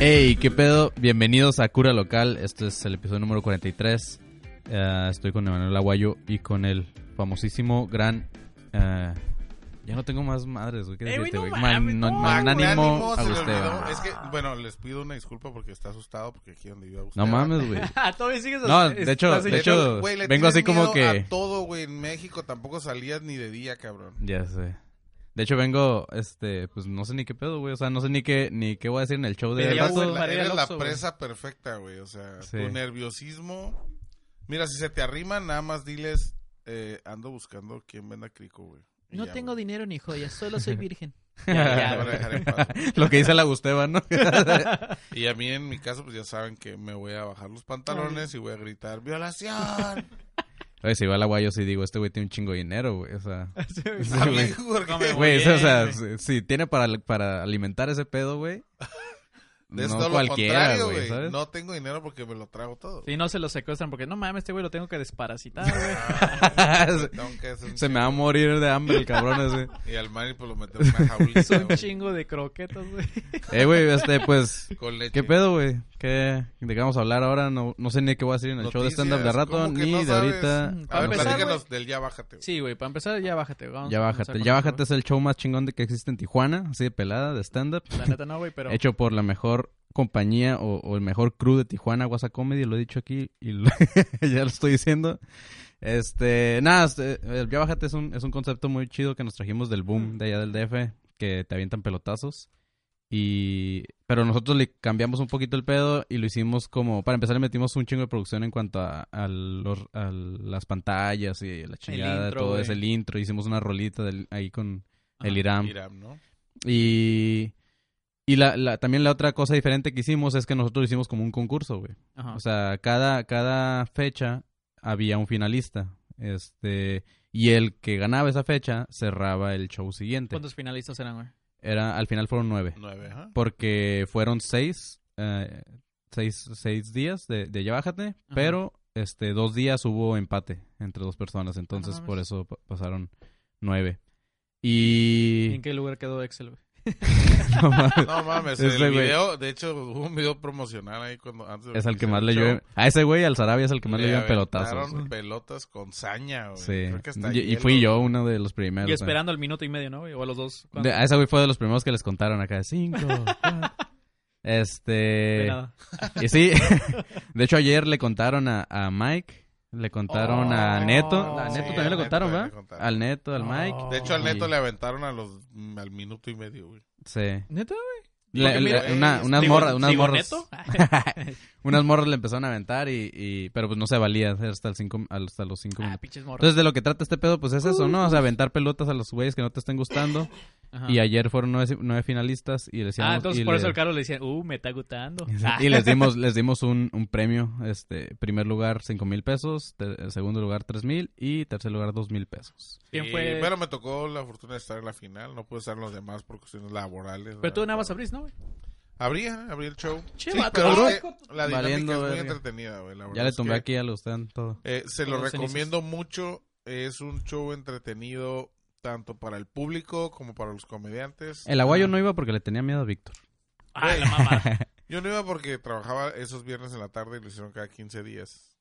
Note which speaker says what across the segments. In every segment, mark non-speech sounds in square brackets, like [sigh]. Speaker 1: Hey, ¿qué pedo? Bienvenidos a Cura Local. Este es el episodio número 43. Eh, estoy con Emanuel Aguayo y con el famosísimo, gran... eh, ya no tengo más madres, güey. ¿Qué
Speaker 2: Eh, güey,
Speaker 1: decirte,
Speaker 2: no
Speaker 1: güey?
Speaker 2: mames,
Speaker 1: Man-
Speaker 2: no,
Speaker 1: no-
Speaker 3: Ah,
Speaker 2: mames,
Speaker 1: Magnánimo
Speaker 3: se le
Speaker 1: Agusteo.
Speaker 3: olvidó. Es que, bueno, les pido una disculpa porque está asustado porque aquí donde vive Agusteo.
Speaker 1: No
Speaker 2: [laughs]
Speaker 1: mames, güey.
Speaker 2: Ah, Todavía sigues
Speaker 1: No,
Speaker 2: as-
Speaker 1: de hecho-
Speaker 2: estás-
Speaker 1: de hecho-
Speaker 3: güey, le
Speaker 1: vengo así
Speaker 3: tienes
Speaker 1: como
Speaker 3: miedo
Speaker 1: que-
Speaker 3: A todo, güey, en México tampoco salías ni de día, cabrón.
Speaker 1: Ya sé. De hecho, vengo, este, pues no sé ni qué pedo, güey. O sea, no sé ni qué, ni qué voy a decir en el show de
Speaker 2: Pero
Speaker 1: al
Speaker 2: ya
Speaker 1: rato.
Speaker 2: hubo
Speaker 3: La-
Speaker 2: Para ir
Speaker 3: eres
Speaker 2: al
Speaker 3: la
Speaker 2: Oxxo, güey.
Speaker 3: presa perfecta, güey. O sea,
Speaker 1: Sí.
Speaker 3: tu nerviosismo. Mira, si se te arriman, nada más diles, eh, ando buscando quién venda crico, güey. Y
Speaker 2: No
Speaker 3: ya,
Speaker 2: tengo
Speaker 3: güey.
Speaker 2: dinero ni joyas, solo
Speaker 1: [laughs]
Speaker 2: soy virgen. Ya,
Speaker 3: Te
Speaker 2: ya,
Speaker 3: van a
Speaker 2: güey.
Speaker 3: dejar
Speaker 2: [laughs]
Speaker 3: en paz, güey.
Speaker 1: Lo que dice la Agusteva, ¿no? [laughs]
Speaker 3: Y a mí, en mi caso, pues ya saben que me voy a bajar los pantalones y voy a gritar,
Speaker 1: [laughs]
Speaker 3: ¡violación!
Speaker 1: Oye, si va al Aguayo, sí digo, este güey tiene un chingo de dinero, güey. O
Speaker 2: [laughs]
Speaker 1: sea, [laughs]
Speaker 3: A mí, porque- [laughs]
Speaker 2: No me voy.
Speaker 1: güey,
Speaker 2: bien,
Speaker 1: o sea,
Speaker 2: güey.
Speaker 1: si, si tiene para, para alimentar ese pedo, güey.
Speaker 3: Es
Speaker 1: No
Speaker 3: todo lo
Speaker 1: cualquiera,
Speaker 3: contrario,
Speaker 1: güey,
Speaker 3: güey.
Speaker 1: ¿sabes?
Speaker 3: No tengo dinero porque me lo trago todo.
Speaker 2: Y no se lo secuestran porque no mames, este güey lo tengo que desparasitar,
Speaker 1: [laughs]
Speaker 2: güey.
Speaker 3: Ah, Tengo que hacer un
Speaker 1: Se me va a morir de hambre el cabrón ese.
Speaker 3: chingo. Y al Mari pues lo metemos
Speaker 1: [laughs]
Speaker 3: en una jaulita,
Speaker 2: Un
Speaker 3: güey,
Speaker 2: chingo de croquetas, güey. [laughs]
Speaker 1: Eh, güey, este, pues,
Speaker 3: con leche.
Speaker 1: ¿Qué pedo, güey? ¿Qué, ¿De qué vamos a hablar ahora? No, no sé ni qué voy a decir en el show de
Speaker 3: Noticias,
Speaker 1: stand-up de rato,
Speaker 3: ¿cómo que
Speaker 1: ni
Speaker 3: no
Speaker 1: de
Speaker 3: sabes?
Speaker 1: ahorita.
Speaker 2: Mm,
Speaker 3: A ver,
Speaker 2: Para empezar,
Speaker 3: platícanos del ya bájate. güey.
Speaker 2: Sí, güey, para empezar, ya bájate, güey.
Speaker 1: Ya bájate. Ya bájate es el show más chingón de que existe en Tijuana, así de pelada, de stand-up.
Speaker 2: La neta no, güey, pero.
Speaker 1: Hecho por la mejor compañía o, o el mejor crew de Tijuana, WhatsApp Comedy, lo he dicho aquí y lo- [laughs] ya lo estoy diciendo. Este, nada, este, el Ya Bájate es un, es un concepto muy chido que nos trajimos del
Speaker 2: Mm.
Speaker 1: boom de allá del DF, que te avientan pelotazos. Y, pero nosotros le cambiamos un poquito el pedo y lo hicimos como, para empezar le metimos un chingo de producción en cuanto a, a los- a las pantallas y la chingada,
Speaker 2: intro,
Speaker 1: todo
Speaker 2: güey.
Speaker 1: es el intro, hicimos una rolita del- ahí con el
Speaker 2: Ajá,
Speaker 1: Iram.
Speaker 3: Iram, ¿no?
Speaker 1: Y, y la, la- también la otra cosa diferente que hicimos es que nosotros hicimos como un concurso, güey.
Speaker 2: Ajá.
Speaker 1: O sea, cada, cada fecha había un finalista. Este, y el que ganaba esa fecha cerraba el show siguiente.
Speaker 2: ¿Cuántos finalistas eran, güey?
Speaker 1: Era, al final fueron nueve.
Speaker 3: Nueve,
Speaker 1: [laughs]
Speaker 3: ajá.
Speaker 1: Porque fueron seis, eh, seis, seis días de, de Ya Bájate, pero este, dos días hubo empate entre dos personas. Entonces, por
Speaker 2: mames.
Speaker 1: eso pa- pasaron nueve. Y...
Speaker 2: [laughs]
Speaker 1: [laughs]
Speaker 2: ¿En qué lugar quedó Excel, güey?
Speaker 1: no mames.
Speaker 3: No mames,
Speaker 1: Ese
Speaker 3: el
Speaker 1: güey.
Speaker 3: video, de hecho, hubo un video promocional ahí cuando antes de
Speaker 1: Es al que
Speaker 3: iniciar
Speaker 1: más
Speaker 3: el
Speaker 1: le
Speaker 3: show,
Speaker 1: llueve. A ese güey, al Sarabia, es el que más le llueven
Speaker 3: aventaron
Speaker 1: pelotazos. güey.
Speaker 3: pelotas con saña, güey.
Speaker 1: Sí.
Speaker 3: Creo que hasta
Speaker 1: Y, y
Speaker 3: hielo.
Speaker 1: fui yo uno de los primeros.
Speaker 2: Y
Speaker 1: eh.
Speaker 2: esperando el minuto y medio, ¿no, güey? O a los dos. ¿cuánto?
Speaker 1: De- a ese güey fue de los primeros que les contaron acá.
Speaker 2: [laughs]
Speaker 1: Cinco. cuatro.
Speaker 2: De
Speaker 1: este.
Speaker 2: nada.
Speaker 1: Y sí. [laughs] De hecho, ayer le contaron a, a Mike. Le contaron a
Speaker 2: Oh,
Speaker 1: Neto. A
Speaker 2: sí,
Speaker 1: Neto
Speaker 2: al
Speaker 1: también le
Speaker 2: Neto
Speaker 1: contaron,
Speaker 3: también
Speaker 1: ¿verdad?
Speaker 3: le contaron.
Speaker 1: Al Neto, al Mike.
Speaker 2: Oh.
Speaker 3: De hecho, al neto
Speaker 1: Y-
Speaker 3: le aventaron a los, al minuto y medio, güey.
Speaker 1: Sí.
Speaker 2: ¿Neta, güey?
Speaker 1: Le- le-
Speaker 3: Porque mira,
Speaker 1: una-
Speaker 3: eh,
Speaker 1: unas
Speaker 2: Digo-
Speaker 1: morras, unas
Speaker 2: digo,
Speaker 1: morras. [laughs]
Speaker 2: ¿neto? Ah,
Speaker 1: unas morras le empezaron a aventar y, y- pero pues no se valía hasta el cinco, hasta los cinco
Speaker 2: Ah,
Speaker 1: minutos.
Speaker 2: [laughs] pinches morras.
Speaker 1: Entonces, de lo que trata este pedo, pues es eso, ¿no? O sea, aventar pelotas a los güeyes que no te estén gustando.
Speaker 2: Ajá.
Speaker 1: Y ayer fueron nueve, nueve finalistas y decíamos...
Speaker 2: Ah, entonces
Speaker 1: y
Speaker 2: por
Speaker 1: le-
Speaker 2: eso el Carlos le decía, uh, me está gustando. Ah.
Speaker 1: [laughs] Y les dimos,
Speaker 2: [laughs]
Speaker 1: les dimos un, un premio. Este, primer lugar, cinco mil pesos. te- eh, segundo lugar, tres mil. Y tercer lugar, dos mil pesos.
Speaker 2: ¿Quién
Speaker 3: Y-
Speaker 2: fue?
Speaker 3: Pero me tocó la fortuna de estar en la final. No pude estar en los demás por cuestiones laborales.
Speaker 2: Pero tú
Speaker 3: ¿verdad?
Speaker 2: nada más abrís, ¿no, güey?
Speaker 3: Abría, abría el show.
Speaker 2: Che,
Speaker 3: Sí,
Speaker 2: vato,
Speaker 3: pero
Speaker 2: cabrón.
Speaker 3: es que la dinámica
Speaker 1: Valiendo
Speaker 3: es muy
Speaker 1: verga.
Speaker 3: entretenida, güey. la verdad
Speaker 1: Ya le
Speaker 3: es
Speaker 1: tumbé
Speaker 3: que,
Speaker 1: aquí a los tan todo.
Speaker 3: eh, se lo
Speaker 2: Todos
Speaker 3: recomiendo mucho. Es un show entretenido tanto para el público como para los comediantes.
Speaker 1: El aguayo no iba porque le tenía miedo a Víctor.
Speaker 2: Ah, la mamá.
Speaker 3: Yo no iba porque trabajaba esos viernes en la tarde y lo hicieron cada 15 días.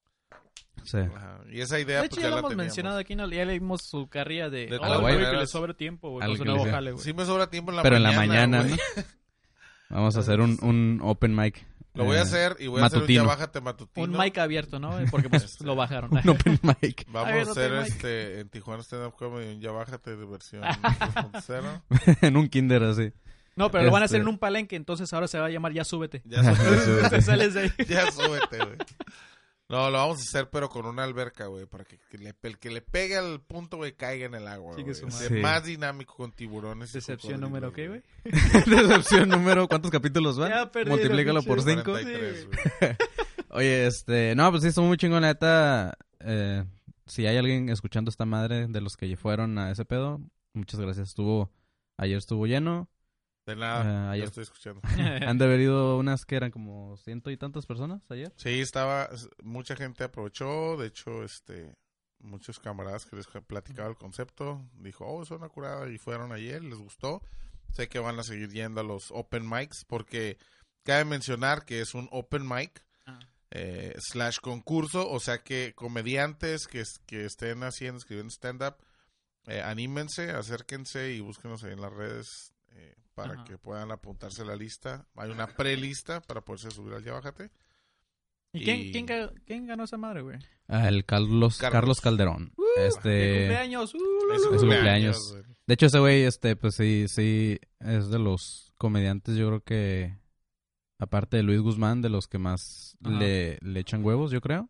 Speaker 1: Sí.
Speaker 3: Ajá. Y esa idea
Speaker 2: De hecho,
Speaker 3: pues,
Speaker 2: ya
Speaker 3: ya
Speaker 2: lo
Speaker 3: la
Speaker 2: hemos
Speaker 3: teníamos.
Speaker 2: mencionado aquí, ¿no? ya leímos su carrera de...
Speaker 3: De
Speaker 2: oh,
Speaker 1: Talaguay.
Speaker 2: güey, que le
Speaker 3: Eras-
Speaker 2: sobra tiempo, güey,
Speaker 1: al
Speaker 2: con su
Speaker 1: que le
Speaker 2: nuevo
Speaker 1: sea.
Speaker 2: jale, güey.
Speaker 3: Sí me sobra tiempo en la
Speaker 1: Pero en la
Speaker 3: mañana.
Speaker 1: mañana,
Speaker 3: güey.
Speaker 1: ¿no? Vamos a hacer un, un open mic.
Speaker 3: Lo voy a
Speaker 1: eh,
Speaker 3: hacer y voy
Speaker 1: matutino.
Speaker 3: a hacer un ya bájate matutino.
Speaker 2: Un mic abierto, ¿no? güey? Porque pues lo bajaron.
Speaker 1: [laughs] Un open mic. [laughs]
Speaker 3: Vamos
Speaker 2: Ay,
Speaker 3: a
Speaker 2: no
Speaker 3: hacer
Speaker 2: tengo mic. [laughs]
Speaker 3: este en Tijuana Stand Up Comedy un ya bájate de versión 2.0.
Speaker 1: en un kinder así. [laughs]
Speaker 2: No, pero lo van a hacer en
Speaker 1: Este. [laughs]
Speaker 2: un palenque, entonces ahora se va a llamar Ya Súbete.
Speaker 3: [laughs] Ya, sube-
Speaker 2: Te sales de ahí.
Speaker 3: ya súbete, güey. No, lo vamos a hacer, pero con una alberca, güey. Para que, que le, pe- el que le pegue al punto, güey, caiga en el agua.
Speaker 2: Chingue
Speaker 3: güey.
Speaker 2: su
Speaker 3: O sea,
Speaker 1: madre.
Speaker 3: Más dinámico con tiburones. y
Speaker 2: [laughs] Decepción
Speaker 3: cocodrilos,
Speaker 2: número, ¿ok, güey?
Speaker 1: Decepción número, ¿cuántos capítulos van?
Speaker 2: Ya perdí la
Speaker 1: Multiplícalo
Speaker 2: pinche-
Speaker 1: por cinco.
Speaker 3: 43,
Speaker 2: Sí.
Speaker 3: güey.
Speaker 1: Oye, este, no, pues sí, estuvo muy chingón, la neta. eh, si hay alguien escuchando esta madre de los que fueron a ese pedo, muchas gracias. Estuvo, ayer estuvo
Speaker 2: [laughs]
Speaker 1: lleno.
Speaker 3: De nada,
Speaker 1: Ah,
Speaker 3: yo
Speaker 1: ayer.
Speaker 3: estoy escuchando.
Speaker 1: Han de haber ido unas que eran como ciento y tantas personas ayer.
Speaker 3: Sí, estaba, s- mucha gente aprovechó, de hecho, este, muchos camaradas que les he platicado el concepto, dijo, oh, es una curada, y fueron ayer, les gustó, sé que van a seguir yendo a los open mics, porque cabe mencionar que es un open mic,
Speaker 2: Ah.
Speaker 3: eh, slash concurso, o sea que comediantes que, es- que estén haciendo, escribiendo stand-up, eh, anímense, acérquense y búsquenos ahí en las redes eh, para
Speaker 2: Ajá.
Speaker 3: que puedan apuntarse a la lista. Hay una prelista para poderse subir al Ya Bájate.
Speaker 2: ¿Y quién,
Speaker 3: Y-
Speaker 2: quién, ga- quién ganó esa madre, güey?
Speaker 1: Ah, el Carlos,
Speaker 3: Carlos.
Speaker 1: Carlos. Calderón.
Speaker 2: Mi
Speaker 1: este,
Speaker 2: Uh, cumpleaños. ¡uh!
Speaker 3: Es su
Speaker 1: Es su cumpleaños.
Speaker 3: güey.
Speaker 1: de hecho, ese güey, este, pues sí, sí, es de los comediantes, yo creo que, aparte de Luis Guzmán, de los que más
Speaker 2: Ajá.
Speaker 1: le, le echan huevos, yo creo.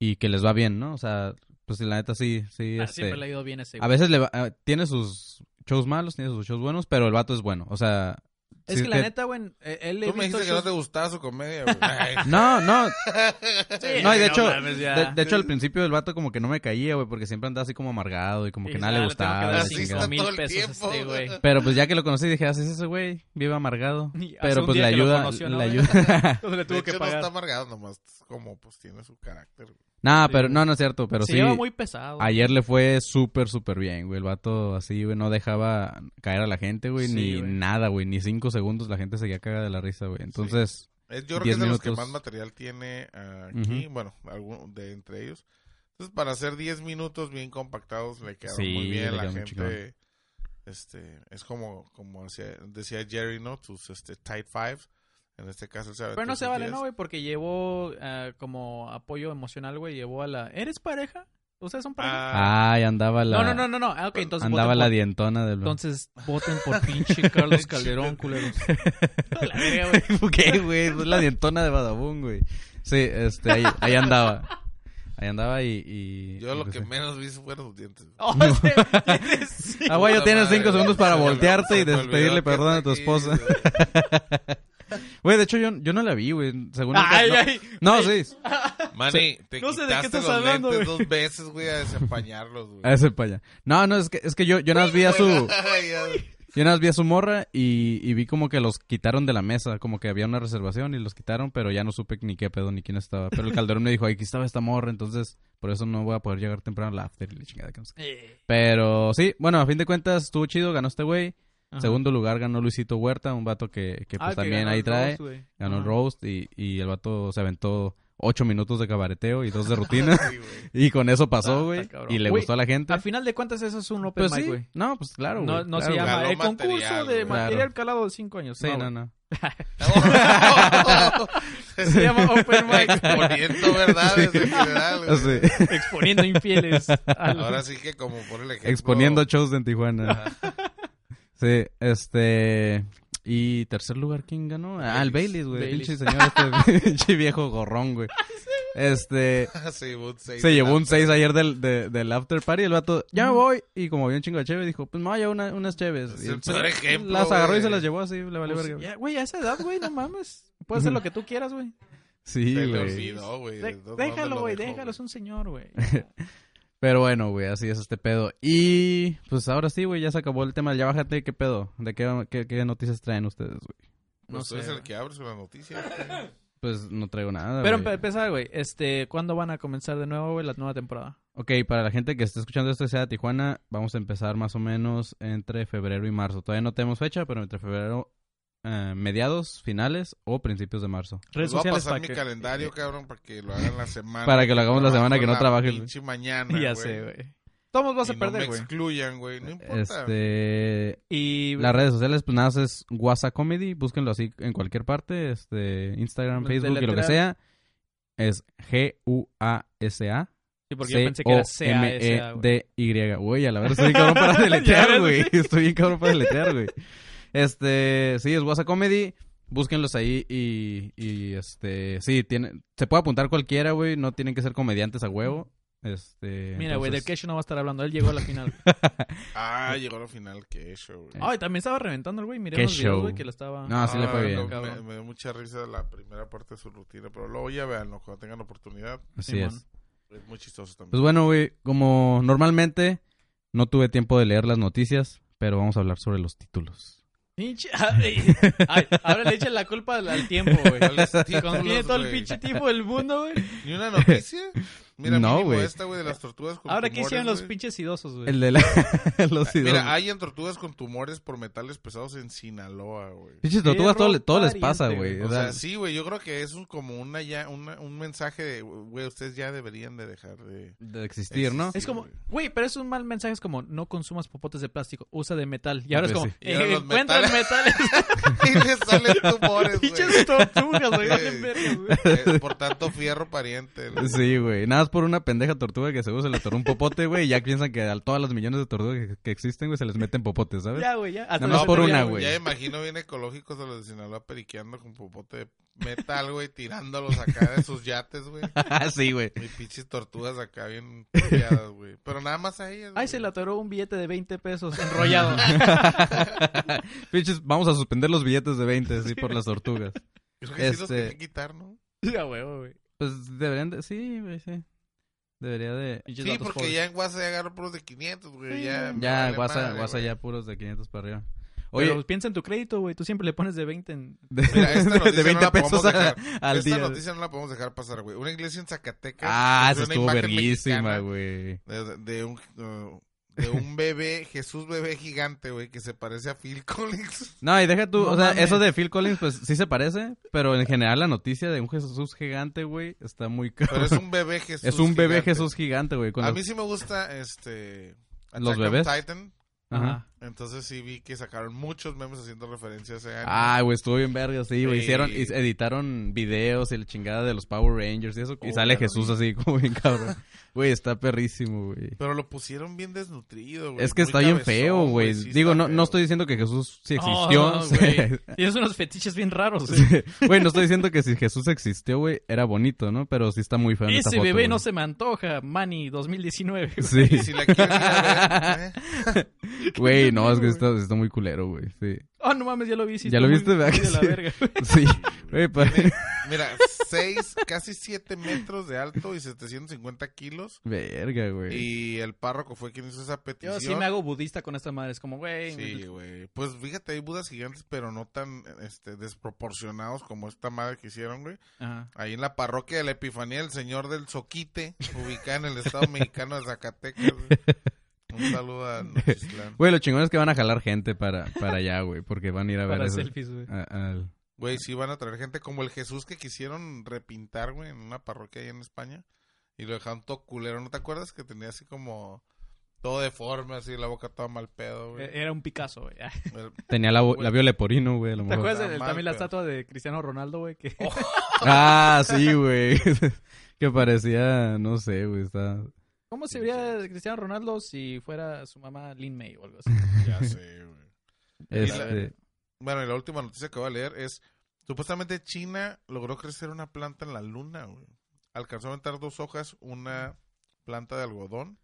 Speaker 1: Y que les va bien, ¿no? O sea, pues la neta sí, sí,
Speaker 2: Ah,
Speaker 1: este,
Speaker 2: Siempre le ha ido bien ese,
Speaker 1: A
Speaker 2: güey.
Speaker 1: veces le va- eh, tiene sus shows malos, tiene sus shows buenos, pero el vato es bueno. O sea.
Speaker 2: Es
Speaker 1: sí
Speaker 2: que la neta, güey, eh, él le
Speaker 3: Tú me dijiste que no te gustaba su
Speaker 2: [laughs]
Speaker 3: comedia, güey. Ay,
Speaker 1: [laughs] No, no. no, y de hecho,
Speaker 2: mames, ya.
Speaker 1: de, de hecho, al principio el vato como que no me caía, güey, porque siempre andaba así como amargado y como que
Speaker 2: Y
Speaker 1: nada le
Speaker 2: dices, "Ah,
Speaker 1: gustaba.
Speaker 2: le
Speaker 1: la
Speaker 2: tengo que dar
Speaker 1: chingada".
Speaker 2: cinco mil
Speaker 3: Todo el
Speaker 2: pesos a
Speaker 3: tiempo.
Speaker 2: este, güey.
Speaker 1: Pero pues ya que lo conocí dije, así es ese güey, vive amargado.
Speaker 2: [laughs] Y hace
Speaker 1: Pero
Speaker 2: un
Speaker 1: pues le
Speaker 2: día que lo
Speaker 1: ayuda,
Speaker 2: conoció, ¿no,
Speaker 1: le
Speaker 2: güey? [laughs]
Speaker 1: ayuda. [laughs]
Speaker 2: Entonces le
Speaker 3: de
Speaker 2: tuvo
Speaker 3: hecho,
Speaker 2: que
Speaker 3: no está
Speaker 2: pagar.
Speaker 3: amargado nomás, es como pues tiene su carácter. güey.
Speaker 1: no,
Speaker 2: Sí,
Speaker 1: pero
Speaker 2: güey.
Speaker 1: no, no es cierto, pero
Speaker 2: Se
Speaker 1: sí.
Speaker 2: lleva muy pesado.
Speaker 1: Ayer le fue súper, súper bien, güey. El vato así, güey, no dejaba caer a la gente, güey,
Speaker 2: Sí,
Speaker 1: ni
Speaker 2: güey.
Speaker 1: nada, güey. Ni cinco segundos la gente seguía cagada de la risa, güey. Entonces,
Speaker 3: Es- Yo creo que
Speaker 1: Diez
Speaker 3: es de los que
Speaker 1: minutos.
Speaker 3: más material tiene ah, aquí, bueno, algún, de entre ellos. Entonces, para hacer 10 minutos bien compactados, le quedaron
Speaker 1: Sí,
Speaker 3: muy
Speaker 1: le
Speaker 3: bien. La
Speaker 1: quedó muy
Speaker 3: gente, este, es como, como hacía- decía Jerry, ¿no? Tus este, tight five. En este caso, él se aventó
Speaker 1: pues,
Speaker 2: Pero no se
Speaker 3: sus
Speaker 2: vale,
Speaker 3: 10.
Speaker 2: ¿no, güey? Porque llevó ah, como apoyo emocional, güey. Llevó a la. ¿Eres pareja? ¿Ustedes son pareja?
Speaker 3: Ah,
Speaker 1: Ay, andaba la.
Speaker 2: no, no, no, no, no. Ah, ok, entonces.
Speaker 1: andaba
Speaker 2: voten
Speaker 1: la
Speaker 2: por-
Speaker 1: dientona del.
Speaker 2: Entonces voten por pinche
Speaker 1: [laughs]
Speaker 2: Carlos Calderón, culeros. [laughs] A la verga, güey.
Speaker 1: ¿Qué, güey? Es La dientona de Badabun, güey. Sí, este, ahí, ahí andaba. Ahí andaba y. y-
Speaker 3: yo
Speaker 1: y
Speaker 3: lo
Speaker 1: pues,
Speaker 3: que
Speaker 1: sí.
Speaker 3: menos vi fueron sus dientes.
Speaker 2: Oh, sí,
Speaker 1: [laughs]
Speaker 2: tienes- sí.
Speaker 1: Ah, güey, yo
Speaker 3: Puta
Speaker 1: tienes
Speaker 3: madre,
Speaker 1: cinco segundos
Speaker 3: [laughs]
Speaker 1: para
Speaker 3: se me-
Speaker 1: voltearte y
Speaker 3: se me olvidó
Speaker 1: despedirle
Speaker 3: que
Speaker 1: perdón a tu
Speaker 3: está aquí,
Speaker 1: esposa.
Speaker 3: güey.
Speaker 1: Güey, de hecho, yo, yo no la vi, güey. Según.
Speaker 2: Ay,
Speaker 1: no,
Speaker 2: ay.
Speaker 1: no, sí. [laughs]
Speaker 3: Manny, te
Speaker 2: No sé de qué
Speaker 3: quitaste
Speaker 2: estás
Speaker 3: los
Speaker 2: hablando,
Speaker 3: lentes
Speaker 2: güey.
Speaker 3: dos veces, güey, a desempañarlos, güey.
Speaker 1: A Ah, ese paya. No, no, es que, es que yo, yo nada más vi a [laughs] su.
Speaker 3: [laughs] Ay, ay.
Speaker 1: Yo nada más vi a su morra y, y vi como que los quitaron de la mesa, como que había una reservación y los quitaron, pero ya no supe ni qué pedo ni quién estaba. Pero el calderón me dijo, aquí estaba esta morra, entonces por eso no voy a poder llegar temprano al after y la chingada que no sé qué.
Speaker 2: Eh,
Speaker 1: Pero sí, bueno, a fin de cuentas estuvo chido, ganó este güey.
Speaker 2: ajá.
Speaker 1: Segundo lugar ganó Luisito Huerta, un vato que, que, pues
Speaker 2: Ah, que
Speaker 1: también
Speaker 2: ganó
Speaker 1: ahí
Speaker 2: el
Speaker 1: trae.
Speaker 2: Rose, güey.
Speaker 1: ganó el
Speaker 2: Ajá.
Speaker 1: roast y, y el vato se aventó ocho minutos de cabareteo y dos de rutina. [laughs]
Speaker 3: Sí, güey.
Speaker 1: y con eso
Speaker 2: Ah, Está-
Speaker 1: pasó, güey.
Speaker 2: está cabrón.
Speaker 1: Y le
Speaker 2: Güey,
Speaker 1: gustó a la gente.
Speaker 2: A final de cuentas, eso es un open
Speaker 1: Pues
Speaker 2: mic,
Speaker 1: sí.
Speaker 2: güey.
Speaker 1: No, pues claro, güey.
Speaker 2: No, no se
Speaker 1: claro,
Speaker 2: llama
Speaker 3: güey.
Speaker 2: el
Speaker 3: Ganó
Speaker 2: concurso
Speaker 3: material,
Speaker 2: de
Speaker 3: güey.
Speaker 2: material
Speaker 1: Claro.
Speaker 2: calado de 5 años.
Speaker 1: Sí,
Speaker 2: No,
Speaker 1: no,
Speaker 2: güey.
Speaker 1: no.
Speaker 2: [laughs] Se llama open mic.
Speaker 3: Exponiendo verdades en general, güey.
Speaker 1: Ah,
Speaker 3: [laughs]
Speaker 1: Sí.
Speaker 2: Exponiendo infieles. al-
Speaker 3: Ahora sí que como por el ejemplo.
Speaker 1: Exponiendo shows en Tijuana. [laughs] sí, este. Y tercer lugar, ¿quién ganó? Ah, el Baileys, güey.
Speaker 2: Baileys.
Speaker 1: Pinche señor,
Speaker 3: [laughs]
Speaker 1: este pinche viejo gorrón, güey. Este.
Speaker 3: [laughs] Sí, un seis
Speaker 1: Se
Speaker 3: de
Speaker 1: llevó
Speaker 3: la-
Speaker 1: un 6 ayer del, de- del after party. El vato, ya me voy. Y como vio un chingo de cheve, dijo, pues me voy a llevar una- unas cheves.
Speaker 3: Es
Speaker 1: Y
Speaker 3: el
Speaker 1: el-
Speaker 3: peor ejemplo,
Speaker 1: Las agarró
Speaker 3: güey.
Speaker 1: y se las llevó así, le valió
Speaker 2: Pues,
Speaker 1: verga.
Speaker 2: ya, Güey, a esa edad, güey, no mames. Puedes hacer lo que tú quieras, güey.
Speaker 1: Sí,
Speaker 3: [laughs] Se le
Speaker 1: güey.
Speaker 3: olvidó, güey.
Speaker 2: De-
Speaker 3: ¿De dónde
Speaker 2: déjalo,
Speaker 3: lo
Speaker 2: güey,
Speaker 3: dejó,
Speaker 2: déjalo, es un
Speaker 1: [laughs]
Speaker 2: señor, güey.
Speaker 1: Pero bueno, güey, así es este pedo. Y pues ahora sí, güey, ya se acabó el tema. Ya bájate, ¿qué pedo? ¿De qué, qué, qué noticias traen ustedes, güey?
Speaker 2: No
Speaker 3: Pues tú eres
Speaker 2: sé,
Speaker 3: el
Speaker 2: güey.
Speaker 3: que abres con la noticia.
Speaker 1: Pues no traigo nada.
Speaker 2: Pero
Speaker 1: güey.
Speaker 2: para empezar, güey, este, ¿cuándo van a comenzar de nuevo, güey, la nueva temporada?
Speaker 1: Ok, para la gente que esté escuchando esto y sea de Tijuana, vamos a empezar más o menos entre febrero y marzo. Todavía no tenemos fecha, pero entre febrero, eh, mediados, finales o principios de marzo.
Speaker 3: Les
Speaker 2: Redes
Speaker 3: voy Pues a
Speaker 2: sociales
Speaker 3: pasar
Speaker 2: para
Speaker 3: mi
Speaker 2: que... [laughs]
Speaker 3: calendario, cabrón, para que lo hagan la semana.
Speaker 1: Para que lo hagamos la
Speaker 3: Trabajo
Speaker 1: semana que no
Speaker 3: Ah, la
Speaker 1: trabaje, güey. [laughs]
Speaker 3: Pinche mañana.
Speaker 2: Ya sé, güey. Todos vas
Speaker 3: Y
Speaker 2: a perder,
Speaker 3: No me
Speaker 2: güey.
Speaker 3: excluyan, güey. No importa.
Speaker 1: Este,
Speaker 2: Y
Speaker 1: las redes sociales, pues nada, es WhatsApp Comedy, búsquenlo así en cualquier parte, este, Instagram,
Speaker 2: Los
Speaker 1: Facebook y lo que
Speaker 2: deletrean.
Speaker 1: sea. Es G-U-A-S-A.
Speaker 2: Sí, porque yo pensé que era CA,
Speaker 1: E
Speaker 2: esa, güey.
Speaker 1: C-O-M-E-D-Y. Güey, a la verdad, estoy bien cabrón
Speaker 2: [laughs]
Speaker 1: para
Speaker 2: Ya
Speaker 1: deletear, [laughs]
Speaker 2: ves,
Speaker 1: güey.
Speaker 2: sí.
Speaker 1: Estoy bien cabrón para deletear, güey. Este, sí, es WhatsApp Comedy. Búsquenlos ahí y, y este, sí, tiene, se puede apuntar cualquiera, güey, no tienen que ser comediantes a huevo. Este,
Speaker 2: Mira, güey, del
Speaker 1: entonces-
Speaker 2: Keshu no va a estar hablando. Él llegó a
Speaker 1: [laughs]
Speaker 2: la final.
Speaker 3: Ah, llegó a la final, qué show. güey.
Speaker 2: Ay, también estaba reventando el güey. Miré
Speaker 1: Qué
Speaker 2: los videos,
Speaker 1: show.
Speaker 2: güey, que la estaba...
Speaker 1: No, sí le fue
Speaker 3: Ah,
Speaker 1: bien.
Speaker 3: no, me,
Speaker 2: Cabrón.
Speaker 3: me dio mucha risa la primera parte de su rutina, pero luego ya veanlo cuando tengan oportunidad.
Speaker 1: Así
Speaker 2: Simón.
Speaker 1: es.
Speaker 3: Es muy chistoso también.
Speaker 1: Pues bueno, güey, como normalmente no tuve tiempo de leer las noticias, pero vamos a hablar sobre los títulos.
Speaker 2: Pinche- ay, ay, ahora le echan la culpa al, al
Speaker 3: [laughs]
Speaker 2: tiempo, güey.
Speaker 3: A los títulos,
Speaker 2: Cuando tiene todo el
Speaker 3: güey.
Speaker 2: pinche tiempo del mundo, güey.
Speaker 3: ¿Ni una noticia? Mira,
Speaker 1: No,
Speaker 3: no,
Speaker 1: güey.
Speaker 3: esta, güey, de las tortugas con
Speaker 2: Ahora, ¿qué
Speaker 3: tumores,
Speaker 2: hicieron los
Speaker 3: güey.
Speaker 2: pinches idosos, güey?
Speaker 1: El de la, [laughs] los
Speaker 3: Mira,
Speaker 1: ídolos.
Speaker 3: hay en tortugas con tumores por metales pesados en Sinaloa, güey.
Speaker 1: Pinches tortugas, todo, le- todo les
Speaker 2: Perro
Speaker 1: pasa,
Speaker 2: pariente,
Speaker 1: güey.
Speaker 3: O
Speaker 1: O sea,
Speaker 3: sea, sí, güey, yo creo que es un, como una ya, una- un mensaje de, güey, ustedes ya deberían de dejar de... [laughs]
Speaker 1: de existir, ¿no?
Speaker 3: Existe.
Speaker 2: Es
Speaker 3: Sí,
Speaker 2: como,
Speaker 3: güey.
Speaker 2: güey, pero es un mal mensaje. Es como, no consumas popotes de plástico, usa de metal. Y ahora es
Speaker 1: Pues
Speaker 2: como,
Speaker 1: sí.
Speaker 3: Y ahora
Speaker 2: eh,
Speaker 3: los
Speaker 2: encuentran metales.
Speaker 1: [laughs]
Speaker 3: y les salen tumores,
Speaker 2: Pinches
Speaker 3: güey.
Speaker 2: tortugas, güey.
Speaker 3: Sí.
Speaker 2: valen verga, güey.
Speaker 3: Eh, Por tanto, fierro pariente. güey.
Speaker 1: Sí, güey. Nada más por una pendeja tortuga que seguro se le atoró un popote, güey. Y ya piensan que a todas las millones de tortugas que, que existen, güey, se les meten popotes, ¿sabes?
Speaker 2: Ya, güey, ya. Hasta
Speaker 1: Nomás
Speaker 2: los
Speaker 1: por
Speaker 2: metales,
Speaker 1: una,
Speaker 2: güey.
Speaker 1: güey.
Speaker 3: Ya imagino bien ecológicos de los de Sinaloa periqueando con popote de metal, güey, tirándolos acá de sus yates, güey.
Speaker 1: [laughs] sí, güey.
Speaker 3: Y pinches tortugas acá bien peleadas, güey. Pero nada más a ellas,
Speaker 2: Ay,
Speaker 3: güey.
Speaker 2: se le atoró un billete de 20
Speaker 1: [laughs]
Speaker 2: pesos enrollado. [laughs]
Speaker 1: Pinches, vamos a suspender los billetes de 20, sí, por las tortugas.
Speaker 3: Creo que sí los
Speaker 1: este-
Speaker 3: tienen que quitar, ¿no?
Speaker 2: ya, güey, güey.
Speaker 1: Pues deberían de... Sí, güey, sí. Debería de...
Speaker 2: Pinches
Speaker 3: Sí,
Speaker 2: vatos
Speaker 3: porque
Speaker 2: pobres.
Speaker 3: ya en WhatsApp ya agarró puros de 500, güey. Ya, me
Speaker 1: Ya,
Speaker 3: vale
Speaker 1: guasa,
Speaker 3: madre,
Speaker 1: guasa
Speaker 3: güey.
Speaker 1: ya puros de 500 para arriba. Oye,
Speaker 2: Oye, piensa en tu crédito, güey. Tú siempre le pones de 20 en...
Speaker 1: [laughs] de,
Speaker 3: Mira, esta
Speaker 1: de
Speaker 3: noticia no
Speaker 1: 20
Speaker 3: la podemos
Speaker 1: pesos a-
Speaker 3: dejar.
Speaker 1: al
Speaker 3: Esta
Speaker 1: día.
Speaker 3: noticia no la podemos dejar pasar, güey. Una iglesia en Zacatecas.
Speaker 1: Ah,
Speaker 3: puso
Speaker 1: eso
Speaker 3: una
Speaker 1: estuvo
Speaker 3: imagen
Speaker 1: verguísima,
Speaker 3: mexicana
Speaker 1: güey.
Speaker 3: De, de un, uh, de un bebé, Jesús bebé gigante, güey, que se parece a Phil [laughs] Collins.
Speaker 1: No, y deja tú,
Speaker 2: No
Speaker 1: o sea,
Speaker 2: mames.
Speaker 1: eso de Phil Collins, pues sí se parece, pero en general la noticia de un Jesús gigante, güey, está muy
Speaker 3: Pero
Speaker 1: cabrón.
Speaker 3: es un bebé
Speaker 1: [laughs]
Speaker 3: Jesús.
Speaker 1: Es un bebé
Speaker 3: gigante.
Speaker 1: Jesús gigante, güey. con
Speaker 3: A
Speaker 1: los-
Speaker 3: mí sí me gusta este.
Speaker 1: ¿Los
Speaker 3: Attack on
Speaker 1: bebés?
Speaker 3: Titan.
Speaker 1: Ajá.
Speaker 3: Entonces sí vi que sacaron muchos memes haciendo referencia a ese anime.
Speaker 1: Ah, güey, estuvo bien verga, sí, güey.
Speaker 3: Sí.
Speaker 1: Hicieron, y- editaron videos y la chingada de los Power Rangers y eso. y
Speaker 3: Oh,
Speaker 1: sale
Speaker 3: claro.
Speaker 1: Jesús así, [laughs] como bien cabrón. Güey, está perrísimo, güey.
Speaker 3: Pero lo pusieron bien desnutrido, güey.
Speaker 1: Es que
Speaker 3: Muy
Speaker 1: está bien
Speaker 3: cabezón,
Speaker 1: feo, güey.
Speaker 3: sí
Speaker 1: Digo,
Speaker 3: está
Speaker 1: no, no
Speaker 3: feo.
Speaker 1: estoy diciendo que Jesús [laughs] sí
Speaker 2: Oh,
Speaker 1: existió.
Speaker 2: güey. Tienes unos fetiches bien raros, güey.
Speaker 1: Sí. Güey, no estoy diciendo que si Jesús existió, güey, era bonito, ¿no? Pero sí está muy feo
Speaker 2: [laughs]
Speaker 1: en esta
Speaker 2: Ese
Speaker 1: foto,
Speaker 2: bebé
Speaker 1: güey.
Speaker 2: no se me antoja, Manny 2019. güey.
Speaker 1: Sí.
Speaker 3: Si la quieren ir a ver, ¿eh?
Speaker 1: [laughs] Güey, no,
Speaker 2: culero,
Speaker 1: es que
Speaker 2: güey.
Speaker 1: está, está muy culero, güey. Sí. [laughs]
Speaker 2: Oh, no mames, ya lo vi. sí,
Speaker 1: ¿Ya lo
Speaker 2: está muy-
Speaker 1: viste? ¿Verdad
Speaker 2: muy
Speaker 1: que
Speaker 2: de
Speaker 1: [laughs]
Speaker 2: la
Speaker 1: sí?
Speaker 2: verga.
Speaker 1: Sí. [laughs] Güey, pa-
Speaker 3: ¿eh? Mira, 6, casi 7 metros de alto y 750 kilos.
Speaker 1: Verga, güey.
Speaker 3: Y el párroco fue quien hizo esa petición.
Speaker 2: Yo sí me hago budista con esta madre. Es como, güey.
Speaker 3: Sí, güey. Pues fíjate, hay budas gigantes, pero no tan este, desproporcionados como esta madre que hicieron, güey.
Speaker 2: Ajá.
Speaker 3: Ahí en la parroquia de la Epifanía del Señor del Soquite, ubicada en el estado mexicano de Zacatecas. güey. Un saludo a Nochistlán.
Speaker 1: Güey, lo chingón es que van a jalar gente para, para allá, güey, porque van a ir a ver
Speaker 2: Para
Speaker 1: eso.
Speaker 2: selfies, güey.
Speaker 1: A- al-
Speaker 3: Güey, sí van a traer gente como el Jesús que quisieron repintar, güey, en una parroquia ahí en España. Y lo dejaron todo culero. ¿No te acuerdas que tenía así como todo deforme, así la boca toda mal pedo, güey?
Speaker 2: Eh, Era un Picasso, güey. Ah,
Speaker 3: El-
Speaker 1: Tenía la,
Speaker 3: Güey.
Speaker 1: labio leporino, güey, a lo
Speaker 2: ¿Te
Speaker 1: mejor.
Speaker 2: acuerdas
Speaker 3: está
Speaker 2: de-
Speaker 3: mal,
Speaker 2: también la
Speaker 3: pero-
Speaker 2: estatua de Cristiano Ronaldo, güey? Que...
Speaker 3: Oh,
Speaker 1: Ah, sí, güey. [laughs] que parecía, no sé, güey, está...
Speaker 2: [laughs] ¿Cómo se
Speaker 3: Sí,
Speaker 2: vería Cristiano Ronaldo si fuera su mamá Lin May o algo así?
Speaker 3: Ya sé, güey.
Speaker 1: Este...
Speaker 3: Bueno, y la última noticia que voy a leer es, supuestamente China logró crecer una planta en la luna, güey. Alcanzó a aventar dos hojas, una planta de algodón.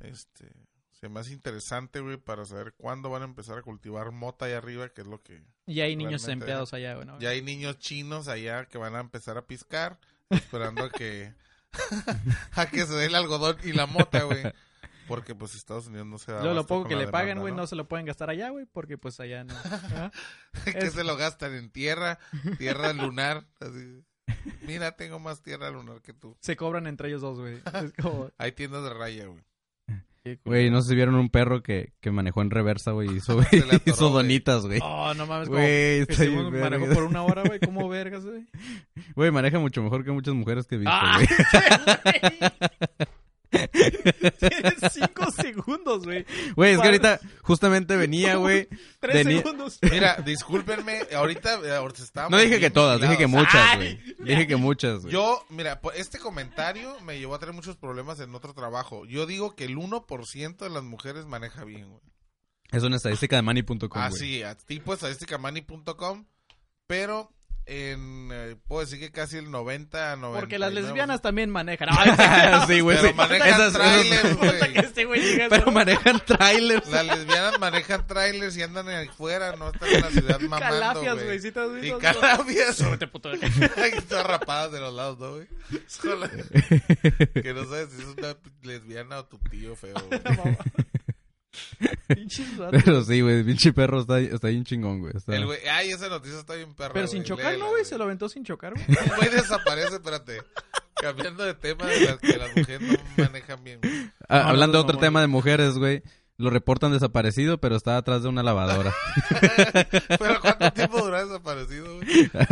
Speaker 3: Este, se me hace interesante, güey, para saber cuándo van a empezar a cultivar mota ahí arriba, que es lo que...
Speaker 2: Y hay niños
Speaker 3: Realmente,
Speaker 2: empleados allá, güey. ¿no?
Speaker 3: Ya hay niños chinos allá que van a empezar a piscar, esperando
Speaker 2: [laughs]
Speaker 3: a que... [laughs] a que se dé el algodón y la mota, güey. Porque pues Estados Unidos no se da...
Speaker 2: Luego lo
Speaker 3: abasto
Speaker 2: poco
Speaker 3: con
Speaker 2: que
Speaker 3: la
Speaker 2: le pagan,
Speaker 3: demanda,
Speaker 2: güey, no se lo pueden gastar allá, güey, porque pues allá
Speaker 3: [laughs]
Speaker 2: no. Ajá.
Speaker 3: que
Speaker 2: Es-
Speaker 3: se lo gastan en tierra,
Speaker 1: [laughs]
Speaker 3: tierra lunar. así. Mira, tengo más tierra lunar que tú.
Speaker 2: Se cobran entre ellos dos, güey. Es como...
Speaker 3: Hay tiendas de
Speaker 1: [laughs]
Speaker 3: raya, güey.
Speaker 1: Güey, no sé si vieron un perro que, que manejó en reversa, güey, y
Speaker 2: [laughs]
Speaker 1: hizo,
Speaker 3: Se le atoró,
Speaker 1: [laughs] hizo
Speaker 3: güey.
Speaker 1: donitas, güey.
Speaker 2: Oh, no mames, como...
Speaker 1: Güey,
Speaker 2: Que
Speaker 1: está
Speaker 2: según
Speaker 1: bien
Speaker 2: manejó
Speaker 1: verga.
Speaker 2: por una hora, güey.
Speaker 1: [laughs]
Speaker 2: ¿Cómo vergas, güey?
Speaker 1: Güey, maneja mucho mejor que muchas mujeres que he visto, [laughs]
Speaker 2: ¡Ah!
Speaker 1: güey.
Speaker 2: [laughs] Tienes cinco segundos, güey.
Speaker 1: Güey, es que
Speaker 2: Para-
Speaker 1: ahorita justamente venía, güey.
Speaker 2: Tres
Speaker 1: Tenía-
Speaker 2: segundos.
Speaker 3: Mira, discúlpenme, ahorita eh, ahorita estábamos.
Speaker 1: No dije que
Speaker 3: bien
Speaker 1: todas, dije que
Speaker 3: mezclados.
Speaker 1: muchas,
Speaker 2: Ay,
Speaker 1: güey.
Speaker 2: mira.
Speaker 1: Dije que muchas, güey.
Speaker 3: Yo, mira, po- este comentario me llevó a tener muchos problemas en otro trabajo. Yo digo que el 1% de las mujeres maneja bien, güey. Ah,
Speaker 1: [laughs] Es una estadística de money.com, güey.
Speaker 3: pues, Así, a tipo estadísticamani.com. Pero en, eh, puedo decir que casi el 90 a 90.
Speaker 2: Porque las lesbianas también manejan. Ay,
Speaker 1: Ah, sí, güey,
Speaker 3: Pero
Speaker 1: sí.
Speaker 3: manejan
Speaker 1: Esas-
Speaker 3: [laughs] trailers,
Speaker 1: esas-
Speaker 3: güey.
Speaker 2: [laughs] Puta que este güey llega a-
Speaker 1: [laughs] Pero manejan trailers.
Speaker 3: Las lesbianas manejan trailers y andan afuera, no están en la ciudad mamando,
Speaker 2: Calafias, güey.
Speaker 3: güey.
Speaker 2: ¿Sí te has visto?
Speaker 3: Y
Speaker 2: [laughs]
Speaker 3: calafias.
Speaker 2: Súbete, puto.
Speaker 3: Ay, Todas rapadas de los lados, ¿no, güey? Solo- que no sabes si es una lesbiana o tu tío feo,
Speaker 1: [laughs]
Speaker 3: güey.
Speaker 2: Pinches vatos.
Speaker 1: Pero sí, güey, pinche perro está, está bien chingón, güey. Está-
Speaker 3: El güey, ay, esa noticia está bien perra,
Speaker 2: Pero sin chocar,
Speaker 3: léela,
Speaker 2: ¿no, güey? Se lo aventó sin chocar,
Speaker 3: [laughs]
Speaker 2: güey.
Speaker 3: El güey desaparece, espérate. Cambiando de tema, de las que las mujeres no manejan bien, güey.
Speaker 1: Ah,
Speaker 2: No, no,
Speaker 1: hablando de
Speaker 2: no,
Speaker 1: otro
Speaker 2: no,
Speaker 1: tema de mujeres, güey. Lo reportan desaparecido, pero está atrás de una lavadora. [laughs]
Speaker 3: Pero ¿cuánto tiempo duró desaparecido, güey?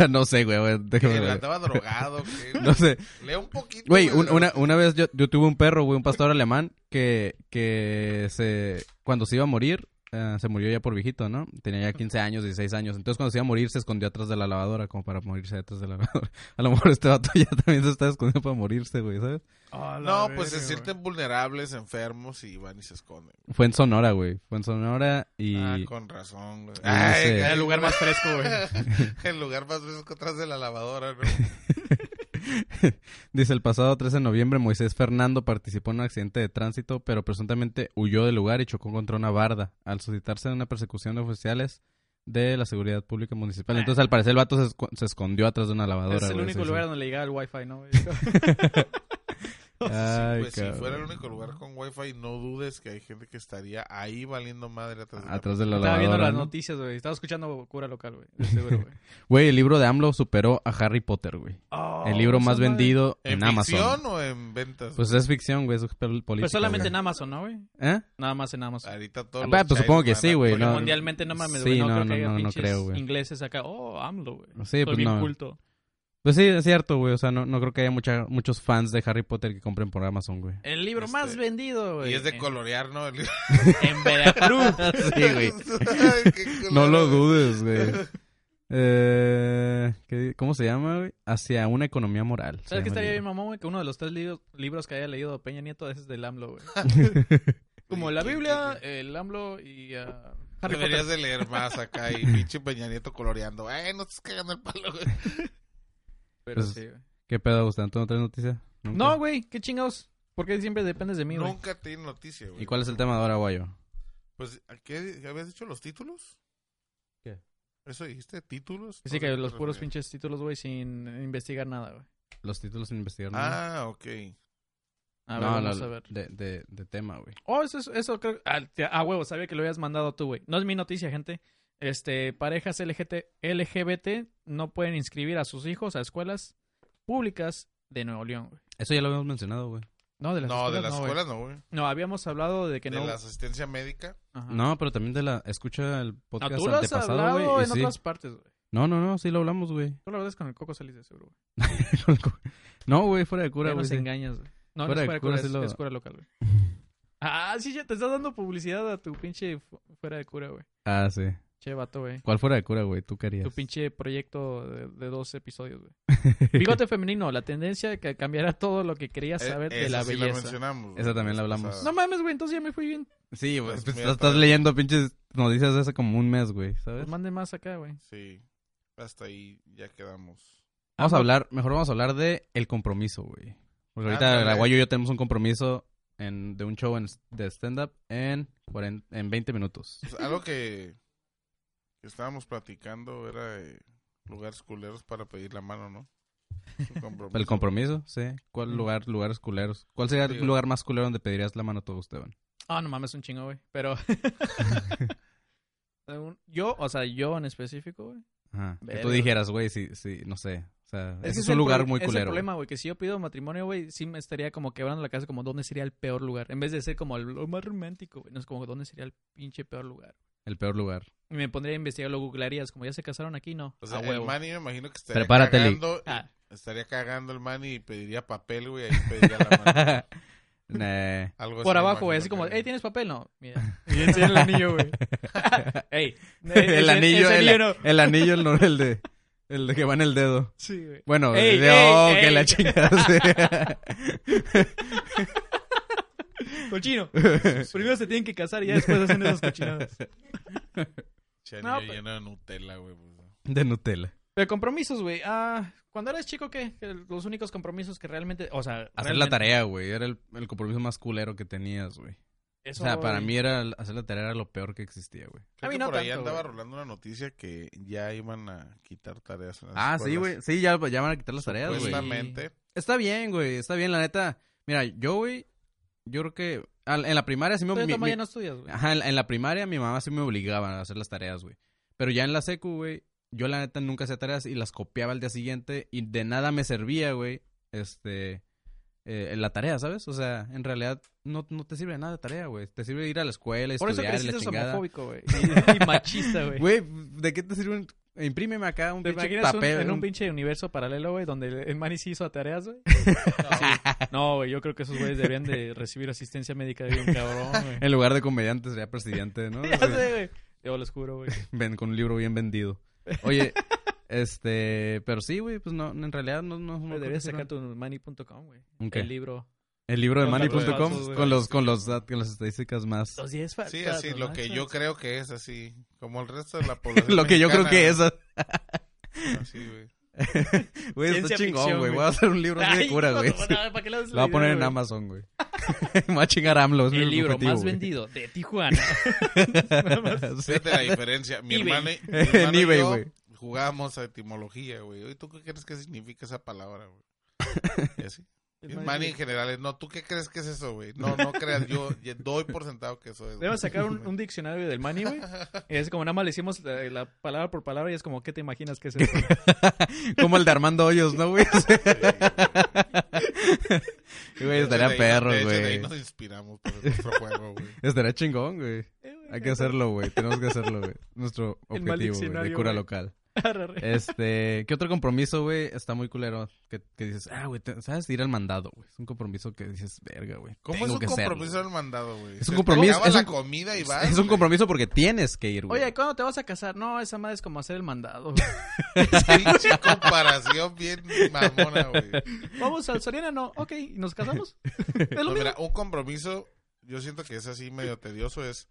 Speaker 1: no sé, güey, güey. déjame
Speaker 3: Que
Speaker 1: ver.
Speaker 3: andaba drogado, que...
Speaker 1: No sé.
Speaker 3: Lea un poquito.
Speaker 1: Güey,
Speaker 3: de
Speaker 1: un-
Speaker 3: la-
Speaker 1: una, una vez yo, yo tuve un perro, güey, un pastor alemán, que, que se, cuando se iba a morir, eh, se murió ya por viejito, ¿no? Tenía ya 15 años, 16 años. Entonces, cuando se iba a morir, se escondió atrás de la lavadora, como para morirse atrás de la lavadora. [laughs] A lo mejor este vato ya también se está escondiendo para morirse, güey, ¿sabes?
Speaker 3: No, pues se sienten vulnerables, enfermos y van y se esconden.
Speaker 1: Fue en Sonora, güey. Fue en Sonora y...
Speaker 3: Ah, con razón, güey.
Speaker 1: Y dice-
Speaker 3: güey,
Speaker 2: El lugar [laughs] más fresco,
Speaker 3: [laughs]
Speaker 2: güey.
Speaker 3: el lugar más fresco atrás de la lavadora, ¿no?
Speaker 1: Dice, el pasado 13 de noviembre, Moisés Fernando participó en un accidente de tránsito, pero presuntamente huyó del lugar y chocó contra una barda, al suscitarse una persecución de oficiales de la seguridad pública municipal. Entonces, al parecer, el vato se, esco- se escondió atrás de una lavadora.
Speaker 2: Ah. Es el
Speaker 1: güey,
Speaker 2: único
Speaker 1: sí, sí.
Speaker 2: lugar donde le llegaba el wifi,
Speaker 1: [laughs]
Speaker 2: ¿no? güey?
Speaker 1: Ay,
Speaker 3: Pues si
Speaker 1: cabrón.
Speaker 3: fuera el único lugar con wifi, no dudes que hay gente que estaría ahí valiendo madre atrás de la
Speaker 1: Atrás de la
Speaker 2: Estaba viendo
Speaker 1: lavadora.
Speaker 2: las
Speaker 1: ¿no?
Speaker 2: noticias, güey. Estaba escuchando cura local, güey. de seguro, güey.
Speaker 1: Güey, el libro de AMLO superó a Harry Potter, güey.
Speaker 2: Oh,
Speaker 1: [laughs] el libro
Speaker 2: esa
Speaker 1: más
Speaker 2: madre.
Speaker 1: vendido en,
Speaker 3: ¿En
Speaker 1: Amazon.
Speaker 3: ficción o en ventas?
Speaker 1: Pues es ficción, güey, es pel- política.
Speaker 2: Pero Pues solamente en
Speaker 1: güey.
Speaker 2: Amazon, ¿no, güey?
Speaker 1: ¿Eh?
Speaker 2: Nada más en Amazon.
Speaker 3: Ahorita todos
Speaker 1: Ah,
Speaker 3: los
Speaker 1: pues,
Speaker 3: chais
Speaker 1: supongo que
Speaker 3: van
Speaker 1: sí,
Speaker 3: a-
Speaker 1: güey,
Speaker 3: Porque
Speaker 1: no-
Speaker 3: mundial-
Speaker 2: Mundialmente no mames,
Speaker 1: Ah, Sí,
Speaker 2: güey. no,
Speaker 1: no,
Speaker 2: creo que
Speaker 1: no,
Speaker 2: haya
Speaker 1: no, no
Speaker 2: pinches
Speaker 1: creo, güey.
Speaker 2: ingleses acá. Oh, AMLO, güey.
Speaker 1: Sí,
Speaker 2: Soy
Speaker 1: pues
Speaker 2: bien
Speaker 1: no.
Speaker 2: culto.
Speaker 1: Pues sí, es cierto, güey. O sea, no, no creo que haya mucha, muchos fans de Harry Potter que compren por Amazon, güey.
Speaker 2: El libro
Speaker 3: Este,
Speaker 2: más vendido, güey.
Speaker 3: Y es de
Speaker 2: en-
Speaker 3: colorear, ¿no? El-
Speaker 2: En Veracruz.
Speaker 3: [laughs]
Speaker 1: Sí, güey.
Speaker 3: Ay, qué culero,
Speaker 1: No lo
Speaker 3: güey.
Speaker 1: dudes, güey. [laughs] Eh, ¿qué- ¿Cómo se llama, güey? Hacia una economía moral. se
Speaker 2: ¿Sabes qué
Speaker 1: llama el
Speaker 2: estaría bien,
Speaker 1: libro.
Speaker 2: mamón, güey? Que uno de los tres libros, libros que haya leído Peña Nieto ese es del AMLO,
Speaker 3: [laughs]
Speaker 2: güey.
Speaker 3: Sí,
Speaker 2: Como la
Speaker 3: sí, sí,
Speaker 2: Biblia,
Speaker 3: sí.
Speaker 2: el AMLO y ah, Harry
Speaker 3: Deberías
Speaker 2: Potter.
Speaker 3: de leer más acá y pinche Peña Nieto coloreando. Ay, no estás cagando el palo, güey.
Speaker 2: Pero
Speaker 1: Pues-
Speaker 2: sí, güey.
Speaker 1: ¿Qué pedo, Gustavo? ¿Tú no traes noticia? ¿Nunca?
Speaker 2: No, güey, qué chingados. Porque siempre dependes de mí, güey.
Speaker 3: Nunca tiene noticia, güey.
Speaker 1: ¿Y cuál es el tema de ahora, guayo?
Speaker 3: Pues, ¿a qué habías dicho los títulos?
Speaker 1: ¿Qué?
Speaker 3: ¿Eso dijiste? ¿Títulos?
Speaker 2: Así
Speaker 3: No sé
Speaker 2: que
Speaker 3: a qué
Speaker 2: los
Speaker 3: te
Speaker 2: puros
Speaker 3: refieres.
Speaker 2: pinches títulos, güey, sin investigar nada, güey.
Speaker 1: Los títulos sin investigar. nada.
Speaker 3: Ah, ok.
Speaker 2: A ver,
Speaker 1: no,
Speaker 2: vamos
Speaker 1: no,
Speaker 2: a ver.
Speaker 1: De, de, de tema, güey.
Speaker 2: Oh, eso, es- eso creo. Ah, te- ah, huevo, sabía que lo habías mandado tú, güey. No es mi noticia, gente. Este, parejas LGT LGBT no pueden inscribir a sus hijos a escuelas públicas de Nuevo León, güey.
Speaker 1: Eso ya lo habíamos mencionado, güey.
Speaker 2: No, de las
Speaker 3: No,
Speaker 2: escuelas.
Speaker 3: de las
Speaker 2: no, güey.
Speaker 3: escuelas no, güey.
Speaker 2: No, habíamos hablado de que
Speaker 3: De
Speaker 2: no.
Speaker 3: la asistencia médica.
Speaker 2: Ajá.
Speaker 1: No, pero también de la... Escucha el
Speaker 2: No,
Speaker 1: podcast
Speaker 2: Ah. tú lo has
Speaker 1: antepasado,
Speaker 2: hablado
Speaker 1: güey. y
Speaker 2: en
Speaker 1: sí.
Speaker 2: otras partes, güey.
Speaker 1: No, no, no. Sí lo hablamos, güey. [laughs]
Speaker 2: Tú lo hablas con el Coco Celis de seguro, güey.
Speaker 1: no, güey. Fuera de cura,
Speaker 2: Ya
Speaker 1: güey.
Speaker 2: nos
Speaker 1: sí.
Speaker 2: engañas, güey. No,
Speaker 1: Fuera de
Speaker 2: no es fuera
Speaker 1: cura,
Speaker 2: de cura,
Speaker 1: sí
Speaker 2: es,
Speaker 1: lo-
Speaker 2: es cura local,
Speaker 1: [laughs]
Speaker 2: güey. Ah, sí, ya te estás dando publicidad a tu pinche fu- fuera de cura, güey.
Speaker 1: Ah, sí.
Speaker 2: Che, vato, güey.
Speaker 1: ¿Cuál fuera de cura, güey? ¿Tú querías?
Speaker 2: Tu pinche proyecto de, de dos episodios, güey.
Speaker 1: [laughs]
Speaker 2: Bigote femenino, la tendencia que cambiará todo lo que querías
Speaker 3: Eh,
Speaker 2: saber de
Speaker 3: esa
Speaker 2: la
Speaker 3: sí la
Speaker 2: belleza.
Speaker 3: mencionamos.
Speaker 1: Esa también la
Speaker 3: vez
Speaker 1: hablamos.
Speaker 3: pasada.
Speaker 2: no mames, güey, entonces ya me fui bien.
Speaker 1: Sí, güey.
Speaker 3: Pues,
Speaker 1: pues,
Speaker 3: mira,
Speaker 1: estás
Speaker 3: pero-
Speaker 1: leyendo pinches noticias de hace como un mes, güey, ¿sabes?
Speaker 2: Pues mande más acá, güey.
Speaker 3: Sí. Hasta ahí ya quedamos.
Speaker 1: Vamos a hablar, mejor vamos a hablar de el compromiso, güey. Porque ahorita
Speaker 3: Ándale.
Speaker 1: el Aguayo y yo tenemos un compromiso en, de un show en- de stand-up en, 40 en 20 minutos.
Speaker 3: Pues, algo que que estábamos platicando era eh, lugares culeros para pedir la mano, ¿no? Es un compromiso.
Speaker 1: ¿El compromiso? Sí. ¿Cuál
Speaker 2: Mm.
Speaker 1: lugar, lugares culeros? ¿Cuál sería el
Speaker 3: Digo-
Speaker 1: lugar más culero donde pedirías la mano todo Esteban?
Speaker 2: Ah, no mames, un chingo, güey.
Speaker 1: [laughs]
Speaker 2: Pero. Un- yo, o sea, yo en específico, güey.
Speaker 1: Ajá. Que tú
Speaker 2: Verga.
Speaker 1: dijeras, güey, sí, sí, no sé. O sea, ese es
Speaker 2: el
Speaker 1: un lugar
Speaker 2: pro-
Speaker 1: muy
Speaker 2: es el
Speaker 1: culero.
Speaker 2: problema, güey, que si yo pido matrimonio, güey, sí me estaría como quebrando la casa como dónde sería el peor lugar. En vez de ser como el- lo más romántico, güey. No es como dónde sería el pinche peor lugar.
Speaker 1: güey. El peor lugar.
Speaker 2: Y me pondría a investigar, lo googlearías, como ya se casaron aquí, no.
Speaker 3: O sea,
Speaker 2: a
Speaker 3: el
Speaker 2: Ah, huevo.
Speaker 3: Manny me imagino que estaría
Speaker 1: Prepárate, Lee.
Speaker 3: cagando.
Speaker 2: Ah,
Speaker 3: Estaría cagando el Manny y pediría papel, güey. Ahí pediría la mano.
Speaker 1: [laughs] Nah.
Speaker 3: Algo así
Speaker 2: por
Speaker 3: me
Speaker 2: abajo, güey.
Speaker 3: imagino
Speaker 2: Así como,
Speaker 3: que-
Speaker 2: hey,
Speaker 3: [laughs]
Speaker 2: ¿tienes papel? No. [laughs] Mira. Y enseña el anillo, güey. [laughs] Ey.
Speaker 1: [laughs] el
Speaker 2: [laughs] ese-
Speaker 1: anillo,
Speaker 2: ese
Speaker 1: el,
Speaker 2: no.
Speaker 1: el anillo, el, no- el de, el de que va en el dedo.
Speaker 2: Sí, güey.
Speaker 1: Bueno,
Speaker 2: Ey,
Speaker 1: de-
Speaker 2: ey,
Speaker 1: oh, que
Speaker 2: ey.
Speaker 1: la chingada.
Speaker 2: Cochino.
Speaker 1: [laughs] sí.
Speaker 2: Primero se tienen que casar y ya después
Speaker 1: [laughs]
Speaker 2: hacen [laughs] esas cochinadas.
Speaker 3: Che,
Speaker 2: No, pero-
Speaker 3: anillo lleno [laughs] de Nutella, güey. pues,
Speaker 1: De Nutella.
Speaker 2: De compromisos, güey. Ah, cuando eres chico, ¿qué? Que Los únicos compromisos que realmente. O sea.
Speaker 1: Hacer la tarea, güey. Era el, el compromiso más culero que tenías, güey. O sea, para mí era hacer la tarea era lo peor que existía, güey.
Speaker 3: Creo
Speaker 2: mí
Speaker 3: que
Speaker 2: no
Speaker 3: por ahí
Speaker 2: tanto,
Speaker 3: andaba
Speaker 2: güey.
Speaker 3: rolando una noticia que ya iban a quitar tareas. en las
Speaker 1: Ah, sí, güey.
Speaker 3: escuelas.
Speaker 1: Sí, ya, ya van a quitar las tareas, güey.
Speaker 3: Supuestamente.
Speaker 1: Está bien, güey. Está bien, la neta. Mira, yo, güey, yo creo que al- en la primaria sí me...
Speaker 2: Entonces,
Speaker 1: mi-
Speaker 2: toma,
Speaker 1: mi- Ah,
Speaker 2: ya no estudias, güey.
Speaker 1: Ajá, en la, en la primaria mi mamá sí me obligaba a hacer las tareas, güey. Pero ya en la secu, güey, yo la neta nunca hacía tareas y las copiaba al día siguiente y de nada me servía, güey, este, eh, la tarea, ¿sabes? O sea, en realidad no, no te sirve de nada de tarea, güey. Te sirve ir a la escuela,
Speaker 2: Por eso
Speaker 1: estudiar y la
Speaker 2: creciste
Speaker 1: chingada. [laughs]
Speaker 2: homofóbico, güey. Y, y machista, güey.
Speaker 1: Güey, ¿de qué te sirve un... Imprímeme acá un
Speaker 2: ¿Te
Speaker 1: pinche
Speaker 2: imaginas un-
Speaker 1: papel.
Speaker 2: en un
Speaker 1: un-
Speaker 2: pinche universo paralelo, güey, donde el- el Manny sí hizo
Speaker 1: [laughs]
Speaker 2: tareas, güey? No, güey, yo creo que esos güeyes deberían de recibir asistencia médica de un cabrón, güey.
Speaker 1: En lugar de comediante sería presidente, ¿no?
Speaker 2: [laughs] Ya
Speaker 1: O sea,
Speaker 2: sé, güey. Yo les juro, [laughs] güey.
Speaker 1: ven, con un libro bien vendido. Oye, este, pero sí, güey, pues no, en realidad no, no, no creo que
Speaker 2: Deberías
Speaker 1: sirva.
Speaker 2: sacar tu manny.com, güey.
Speaker 1: ¿Un qué?
Speaker 2: El libro.
Speaker 1: El libro de
Speaker 2: Los
Speaker 3: datos
Speaker 1: Manny.com
Speaker 3: falsos,
Speaker 1: con
Speaker 3: güey.
Speaker 1: los, con los dat- con las estadísticas más.
Speaker 2: Los 10 factos.
Speaker 3: Sí, así,
Speaker 2: ¿no?
Speaker 3: lo que
Speaker 2: [laughs]
Speaker 3: yo
Speaker 2: Entonces,
Speaker 3: creo que es así. Como el resto de la
Speaker 1: [laughs]
Speaker 3: población.
Speaker 1: Lo que yo creo
Speaker 3: mexicana,
Speaker 1: que es.
Speaker 3: Así, güey.
Speaker 1: Güey, está
Speaker 2: Ciencia
Speaker 1: chingón, güey.
Speaker 2: ficción, güey.
Speaker 1: Voy a hacer un libro así de
Speaker 2: Ay,
Speaker 1: cura,
Speaker 2: no,
Speaker 1: güey.
Speaker 2: no,
Speaker 1: Sí.
Speaker 2: no, ¿para qué le das
Speaker 1: Lo voy a
Speaker 2: la
Speaker 1: poner
Speaker 2: idea,
Speaker 1: en
Speaker 2: güey?
Speaker 1: Amazon, güey. [laughs] Me va a chingar AMLO. es mi
Speaker 2: El libro
Speaker 1: objetivo,
Speaker 2: más
Speaker 1: güey.
Speaker 2: vendido [laughs]
Speaker 1: [laughs]
Speaker 2: de Tijuana.
Speaker 1: Sí.
Speaker 3: Fíjate la diferencia. Mi
Speaker 2: eBay. [laughs]
Speaker 3: hermano, y- mi hermano
Speaker 1: En
Speaker 3: y
Speaker 1: eBay,
Speaker 3: yo
Speaker 1: güey.
Speaker 3: jugábamos a etimología, güey. Oye, ¿tú qué crees que significa esa palabra, güey?
Speaker 1: [laughs]
Speaker 3: Y así. Mi hermano en general es, no, ¿tú qué crees que es eso, güey? No, no creas, yo yo doy por sentado que eso es. güey.
Speaker 2: Debemos sacar
Speaker 3: [laughs]
Speaker 1: [laughs]
Speaker 2: un, un diccionario del Manny, güey. Y Es como nada más le hicimos la, la palabra por palabra y es como, ¿qué te imaginas que es
Speaker 1: [laughs]
Speaker 2: eso? [laughs]
Speaker 1: Como el de Armando Hoyos, ¿no, güey? [laughs] Güey,
Speaker 3: De
Speaker 1: estaría
Speaker 3: ahí-
Speaker 1: perro,
Speaker 3: de hecho, De ahí
Speaker 1: güey.
Speaker 3: nos inspiramos para nuestro juego, güey.
Speaker 1: Estaría chingón,
Speaker 2: Eh,
Speaker 1: güey. Hay que hacerlo, güey. Tenemos que hacerlo, güey. Nuestro
Speaker 2: El mal
Speaker 1: objetivo, güey, de
Speaker 2: diccionario,
Speaker 1: cura
Speaker 2: güey.
Speaker 1: local. Este, ¿qué otro compromiso, güey? Está muy culero. Que, que dices, ah, güey, te- ¿sabes? Ir al mandado, güey. Es un compromiso que dices, verga, güey.
Speaker 3: ¿Cómo
Speaker 1: tengo
Speaker 3: es un
Speaker 1: que hacerlo,
Speaker 3: compromiso
Speaker 1: güey".
Speaker 3: del mandado, güey?
Speaker 1: Es
Speaker 3: Se
Speaker 1: un
Speaker 3: te
Speaker 1: compromiso,
Speaker 3: acaba
Speaker 1: es
Speaker 3: la
Speaker 1: un-
Speaker 3: comida y
Speaker 1: Es-
Speaker 3: vas,
Speaker 1: Es un
Speaker 3: güey.
Speaker 1: compromiso porque tienes que ir, güey.
Speaker 2: Oye, ¿cuándo te vas a casar? No, esa madre es como hacer el [laughs] mandado.
Speaker 3: [laughs] Pinche comparación bien mamona, güey.
Speaker 2: Vamos al Soriana, no. Ok, ¿y ¿nos [laughs] casamos? Es lo
Speaker 3: Pues
Speaker 2: mismo.
Speaker 3: mira, un compromiso, yo siento que es así medio tedioso, es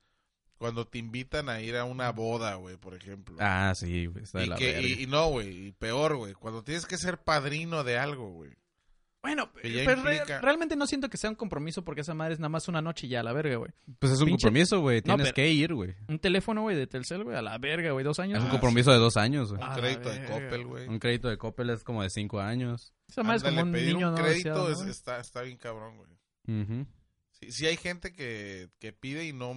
Speaker 3: cuando te invitan a ir a una boda, güey, por ejemplo.
Speaker 1: Ah, sí, güey. Está de
Speaker 3: y,
Speaker 1: la
Speaker 3: que,
Speaker 1: verga.
Speaker 3: y, y no, güey, y peor, güey, cuando tienes que ser padrino de algo, güey.
Speaker 2: Bueno,
Speaker 3: Que ya
Speaker 2: pero re-
Speaker 3: implica-
Speaker 2: realmente no siento que sea un compromiso porque esa madre es nada más una noche y ya, a la verga, güey.
Speaker 1: Pues es un
Speaker 2: pinche-
Speaker 1: compromiso, güey. Tienes
Speaker 2: pero-
Speaker 1: que ir, güey.
Speaker 2: Un teléfono, güey, de Telcel, güey, a la verga, güey, dos
Speaker 1: Es
Speaker 2: años.
Speaker 1: un
Speaker 3: Ah,
Speaker 1: compromiso de dos años, güey.
Speaker 3: Un
Speaker 2: Ah, la
Speaker 3: crédito de
Speaker 2: verga.
Speaker 3: Coppel, güey.
Speaker 1: Un crédito de Coppel es como de cinco años.
Speaker 2: Esa madre es como
Speaker 3: Ándale,
Speaker 2: un
Speaker 3: pedir
Speaker 2: niño
Speaker 3: un
Speaker 2: no
Speaker 3: crédito
Speaker 2: deseado,
Speaker 3: es-
Speaker 2: ¿no?
Speaker 3: está, está bien cabrón, güey.
Speaker 1: Ujú.
Speaker 3: Sí, sí hay gente que, que pide y no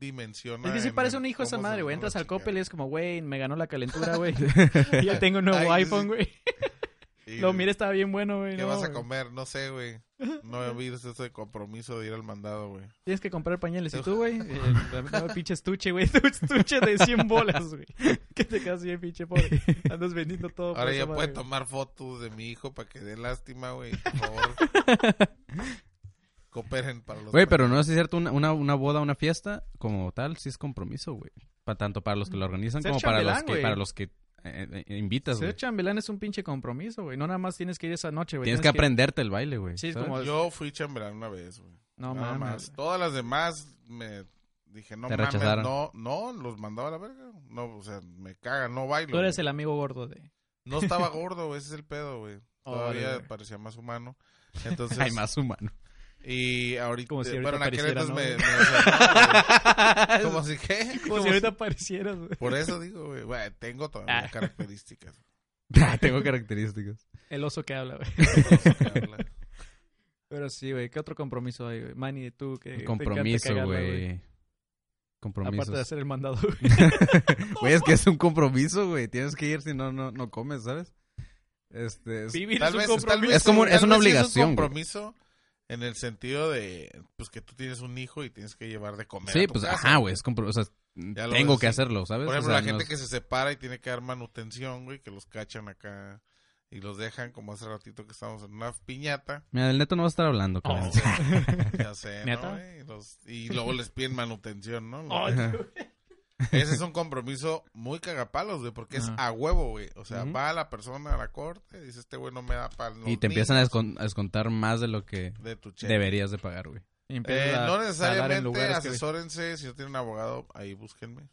Speaker 3: dimensiona.
Speaker 2: Es que sí
Speaker 3: en-
Speaker 2: parece
Speaker 3: en
Speaker 2: un hijo esa
Speaker 3: cómo se
Speaker 2: madre, güey.
Speaker 3: mandó la
Speaker 2: Entras al
Speaker 3: chingada.
Speaker 2: Coppel y es como, güey, me ganó la
Speaker 3: [laughs]
Speaker 2: calentura, güey. [laughs] ya tengo un nuevo
Speaker 3: Ay,
Speaker 2: iPhone,
Speaker 3: sí.
Speaker 2: güey.
Speaker 3: Y-
Speaker 2: Lo miré, estaba bien bueno, güey.
Speaker 3: ¿Qué
Speaker 2: no,
Speaker 3: vas a
Speaker 2: güey.
Speaker 3: comer? No
Speaker 2: [laughs]
Speaker 3: sé, güey. No he visto ese compromiso de ir al mandado, güey.
Speaker 2: Tienes que comprar pañales. ¿Y tú,
Speaker 3: [laughs]
Speaker 2: güey? Eh, no, pinche estuche, güey. [laughs] Tu estuche de 100 bolas, güey. [laughs] Que te quedas bien, pinche pobre. Andas vendiendo todo. por
Speaker 3: Ahora
Speaker 2: esa
Speaker 3: ya
Speaker 2: madre,
Speaker 3: puede
Speaker 2: güey.
Speaker 3: tomar fotos de mi hijo para que dé lástima, güey.
Speaker 2: [laughs]
Speaker 3: Por favor. Cooperen para los.
Speaker 1: Güey, pero no es cierto, una, una, una boda, una fiesta como tal, sí es compromiso, güey. Pa- tanto para los que lo organizan
Speaker 2: Ser
Speaker 1: como para los
Speaker 2: chambelán,
Speaker 1: que,
Speaker 2: güey.
Speaker 1: para los que eh, eh, invitas,
Speaker 2: Ser
Speaker 1: güey.
Speaker 2: chambelán es un pinche compromiso, güey. No nada más tienes que ir esa noche, güey.
Speaker 1: Tienes que aprenderte el baile, güey.
Speaker 2: Sí, es
Speaker 1: ¿sabes?
Speaker 2: como-
Speaker 3: Yo fui chambelán una vez, güey.
Speaker 2: No mames.
Speaker 3: Nada más. Todas las demás me dije, no
Speaker 1: Te
Speaker 3: mames,
Speaker 1: rechazaron.
Speaker 3: no, no, los mandaba a la verga. No, o sea, me cagan, no bailo.
Speaker 2: Tú eres
Speaker 3: güey.
Speaker 2: el amigo gordo de.
Speaker 3: No estaba gordo, güey, ese es el pedo, güey. Todavía
Speaker 2: Órale, güey.
Speaker 3: parecía
Speaker 1: [laughs]
Speaker 3: más humano. Entonces,
Speaker 1: Hay más [laughs] humano.
Speaker 3: y ahorita,
Speaker 2: Como si ahorita
Speaker 3: bueno, en aquel
Speaker 2: pareciera,
Speaker 3: entonces
Speaker 2: ¿no,
Speaker 3: me,
Speaker 2: güey?
Speaker 3: me
Speaker 1: [laughs]
Speaker 3: desanimaba, güey. como si, ¿qué?
Speaker 2: Como si ahorita aparecieras, güey.
Speaker 3: Por eso digo, güey, güey, tengo todavía
Speaker 2: Ah.
Speaker 1: [laughs]
Speaker 3: características.
Speaker 1: Ah, Tengo características.
Speaker 2: El oso que habla, güey.
Speaker 1: [laughs]
Speaker 2: Pero sí, güey. ¿Qué otro compromiso hay, güey? Manny, tú que. te encanta
Speaker 1: compromiso,
Speaker 2: cagarla,
Speaker 1: güey. Compromiso.
Speaker 2: Aparte de hacer el mandado, güey.
Speaker 1: [laughs]
Speaker 2: [laughs]
Speaker 1: Güey, es que es un compromiso, güey. Tienes que ir, si no, no, no comes, ¿sabes? Este. es-
Speaker 2: Vivir es
Speaker 3: Tal
Speaker 2: un
Speaker 3: vez, tal
Speaker 2: compromiso.
Speaker 3: vez
Speaker 1: Es como-
Speaker 3: [laughs] sí,
Speaker 1: es
Speaker 3: tal
Speaker 1: una
Speaker 3: vez sí
Speaker 1: obligación,
Speaker 3: un
Speaker 1: güey.
Speaker 3: compromiso en el sentido de, pues que tú tienes un hijo y tienes que llevar de comer. a
Speaker 1: Sí,
Speaker 3: tu
Speaker 1: pues,
Speaker 3: casa,
Speaker 1: ajá, güey. Es compro- O sea,
Speaker 3: Ya lo
Speaker 1: tengo
Speaker 3: ves
Speaker 1: que
Speaker 3: así.
Speaker 1: hacerlo, ¿sabes?
Speaker 3: Por
Speaker 1: O
Speaker 3: ejemplo,
Speaker 1: sea,
Speaker 3: la gente
Speaker 1: no
Speaker 3: que
Speaker 1: es-
Speaker 3: se separa y tiene que dar manutención, güey, que los cachan acá y los dejan, como hace ratito que estábamos en una piñata.
Speaker 1: Mira, el neto no va a estar
Speaker 3: Oh,
Speaker 1: hablando,
Speaker 2: [laughs]
Speaker 1: cabrón.
Speaker 3: Ya sé, ¿no,
Speaker 2: ¿Neta?
Speaker 3: güey? Los- y luego les piden manutención, ¿no?
Speaker 1: [laughs]
Speaker 2: Ay,
Speaker 1: Ajá.
Speaker 2: güey.
Speaker 3: Ese es un compromiso muy cagapalos, güey, porque es
Speaker 2: Ajá.
Speaker 3: a huevo, güey. O sea,
Speaker 1: Ujú.
Speaker 3: va la persona a la corte, dice, este güey no me da para
Speaker 1: Y te empiezan a, descon- a descontar más de lo que
Speaker 3: de tu cheque.
Speaker 1: deberías de pagar, güey. [laughs]
Speaker 2: Y empiezas
Speaker 3: Eh,
Speaker 2: a- a
Speaker 3: no
Speaker 2: dar en
Speaker 3: necesariamente,
Speaker 2: lugares que-
Speaker 3: asesórense. Si no tienen un abogado, ahí búsquenme.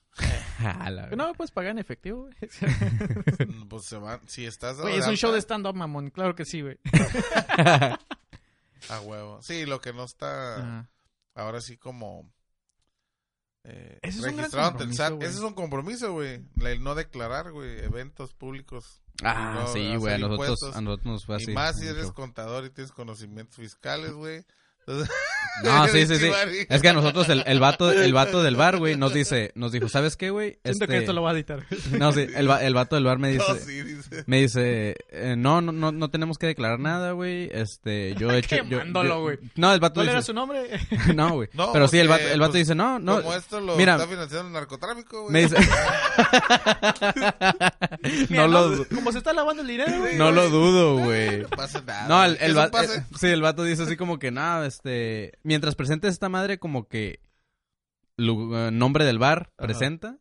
Speaker 1: A la verga.
Speaker 2: [laughs] No, pues pagar en efectivo, güey. [laughs]
Speaker 3: Mm, pues se van. Si estás. dado
Speaker 2: Güey, es
Speaker 3: de
Speaker 2: un show de
Speaker 3: alta,
Speaker 2: stand-up, mamón. Claro que sí, güey.
Speaker 3: A huevo. Sí, lo que no está.
Speaker 2: Ajá.
Speaker 3: ahora sí como eh,
Speaker 2: Ese es un gran
Speaker 3: registrado ante el
Speaker 2: compromiso,
Speaker 3: SAT.
Speaker 2: güey.
Speaker 3: Ese es un compromiso, güey. La- El no declarar, güey, eventos públicos.
Speaker 1: [laughs] Ah,
Speaker 3: No,
Speaker 1: sí,
Speaker 3: hacer
Speaker 1: güey. A nosotros,
Speaker 3: impuestos.
Speaker 1: a nosotros nos fue
Speaker 3: y
Speaker 1: así.
Speaker 3: más si
Speaker 1: mucho.
Speaker 3: eres contador y tienes conocimientos fiscales, güey. Entonces, [laughs]
Speaker 1: No, sí, sí, sí.
Speaker 3: Chivari.
Speaker 1: Es que a nosotros el, el vato, el vato del bar, güey, nos dice, nos dijo, ¿sabes qué, güey?
Speaker 2: Siento que
Speaker 1: Este-
Speaker 2: esto lo va a
Speaker 1: [laughs]
Speaker 2: editar.
Speaker 1: No, sí, el, va- el vato del bar me dice,
Speaker 3: No, sí, dice.
Speaker 1: me dice, eh, no, no, no, no tenemos que declarar nada, güey. Este, yo he hecho... yo-
Speaker 2: Quemándolo,
Speaker 1: yo-
Speaker 2: güey.
Speaker 1: No, el vato
Speaker 2: ¿Cuál era
Speaker 1: dice...
Speaker 2: su nombre?
Speaker 1: [laughs]
Speaker 2: [laughs]
Speaker 1: No, güey.
Speaker 3: No,
Speaker 1: Pero sí, el vato,
Speaker 3: porque,
Speaker 1: el vato
Speaker 3: pues,
Speaker 1: dice, no, no.
Speaker 3: Como esto lo
Speaker 1: mira.
Speaker 3: está financiando el narcotráfico, güey.
Speaker 1: Me dice...
Speaker 2: Mira,
Speaker 1: [laughs]
Speaker 2: pues,
Speaker 1: no lo, du-
Speaker 2: Como se está lavando el dinero, güey.
Speaker 1: no lo dudo, güey.
Speaker 3: No pasa
Speaker 2: Ah,
Speaker 3: nada.
Speaker 1: No, el,
Speaker 3: Que
Speaker 1: el
Speaker 3: es un
Speaker 1: va-
Speaker 3: pase.
Speaker 1: eh, sí, el vato dice así como que, no, este, mientras presentes esta madre como que lu- eh, nombre del bar
Speaker 3: Ajá.
Speaker 1: presenta,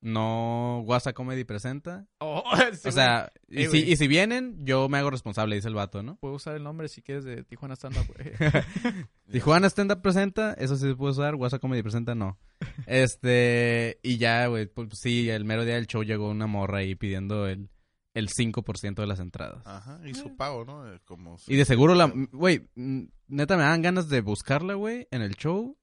Speaker 1: no WhatsApp Comedy presenta.
Speaker 2: [laughs] Oh, [laughs] sí,
Speaker 1: o sea, y
Speaker 2: Eh,
Speaker 1: si,
Speaker 2: güey.
Speaker 1: y si vienen, yo me hago responsable, dice el vato, ¿no?
Speaker 2: Puedo usar el nombre si quieres de Tijuana Stand-Up, güey. [laughs]
Speaker 1: Tijuana Stand Up presenta, eso sí se puede usar, WhatsApp Comedy presenta,
Speaker 2: [laughs]
Speaker 1: no. Este, y ya, güey, pues sí, el mero día del show llegó una morra ahí pidiendo el, el 5% de las entradas.
Speaker 3: Ajá, y su pago, ¿no? Eh, Como su-
Speaker 1: Y de seguro la... Güey, mm, neta me dan ganas de buscarla, güey, en el show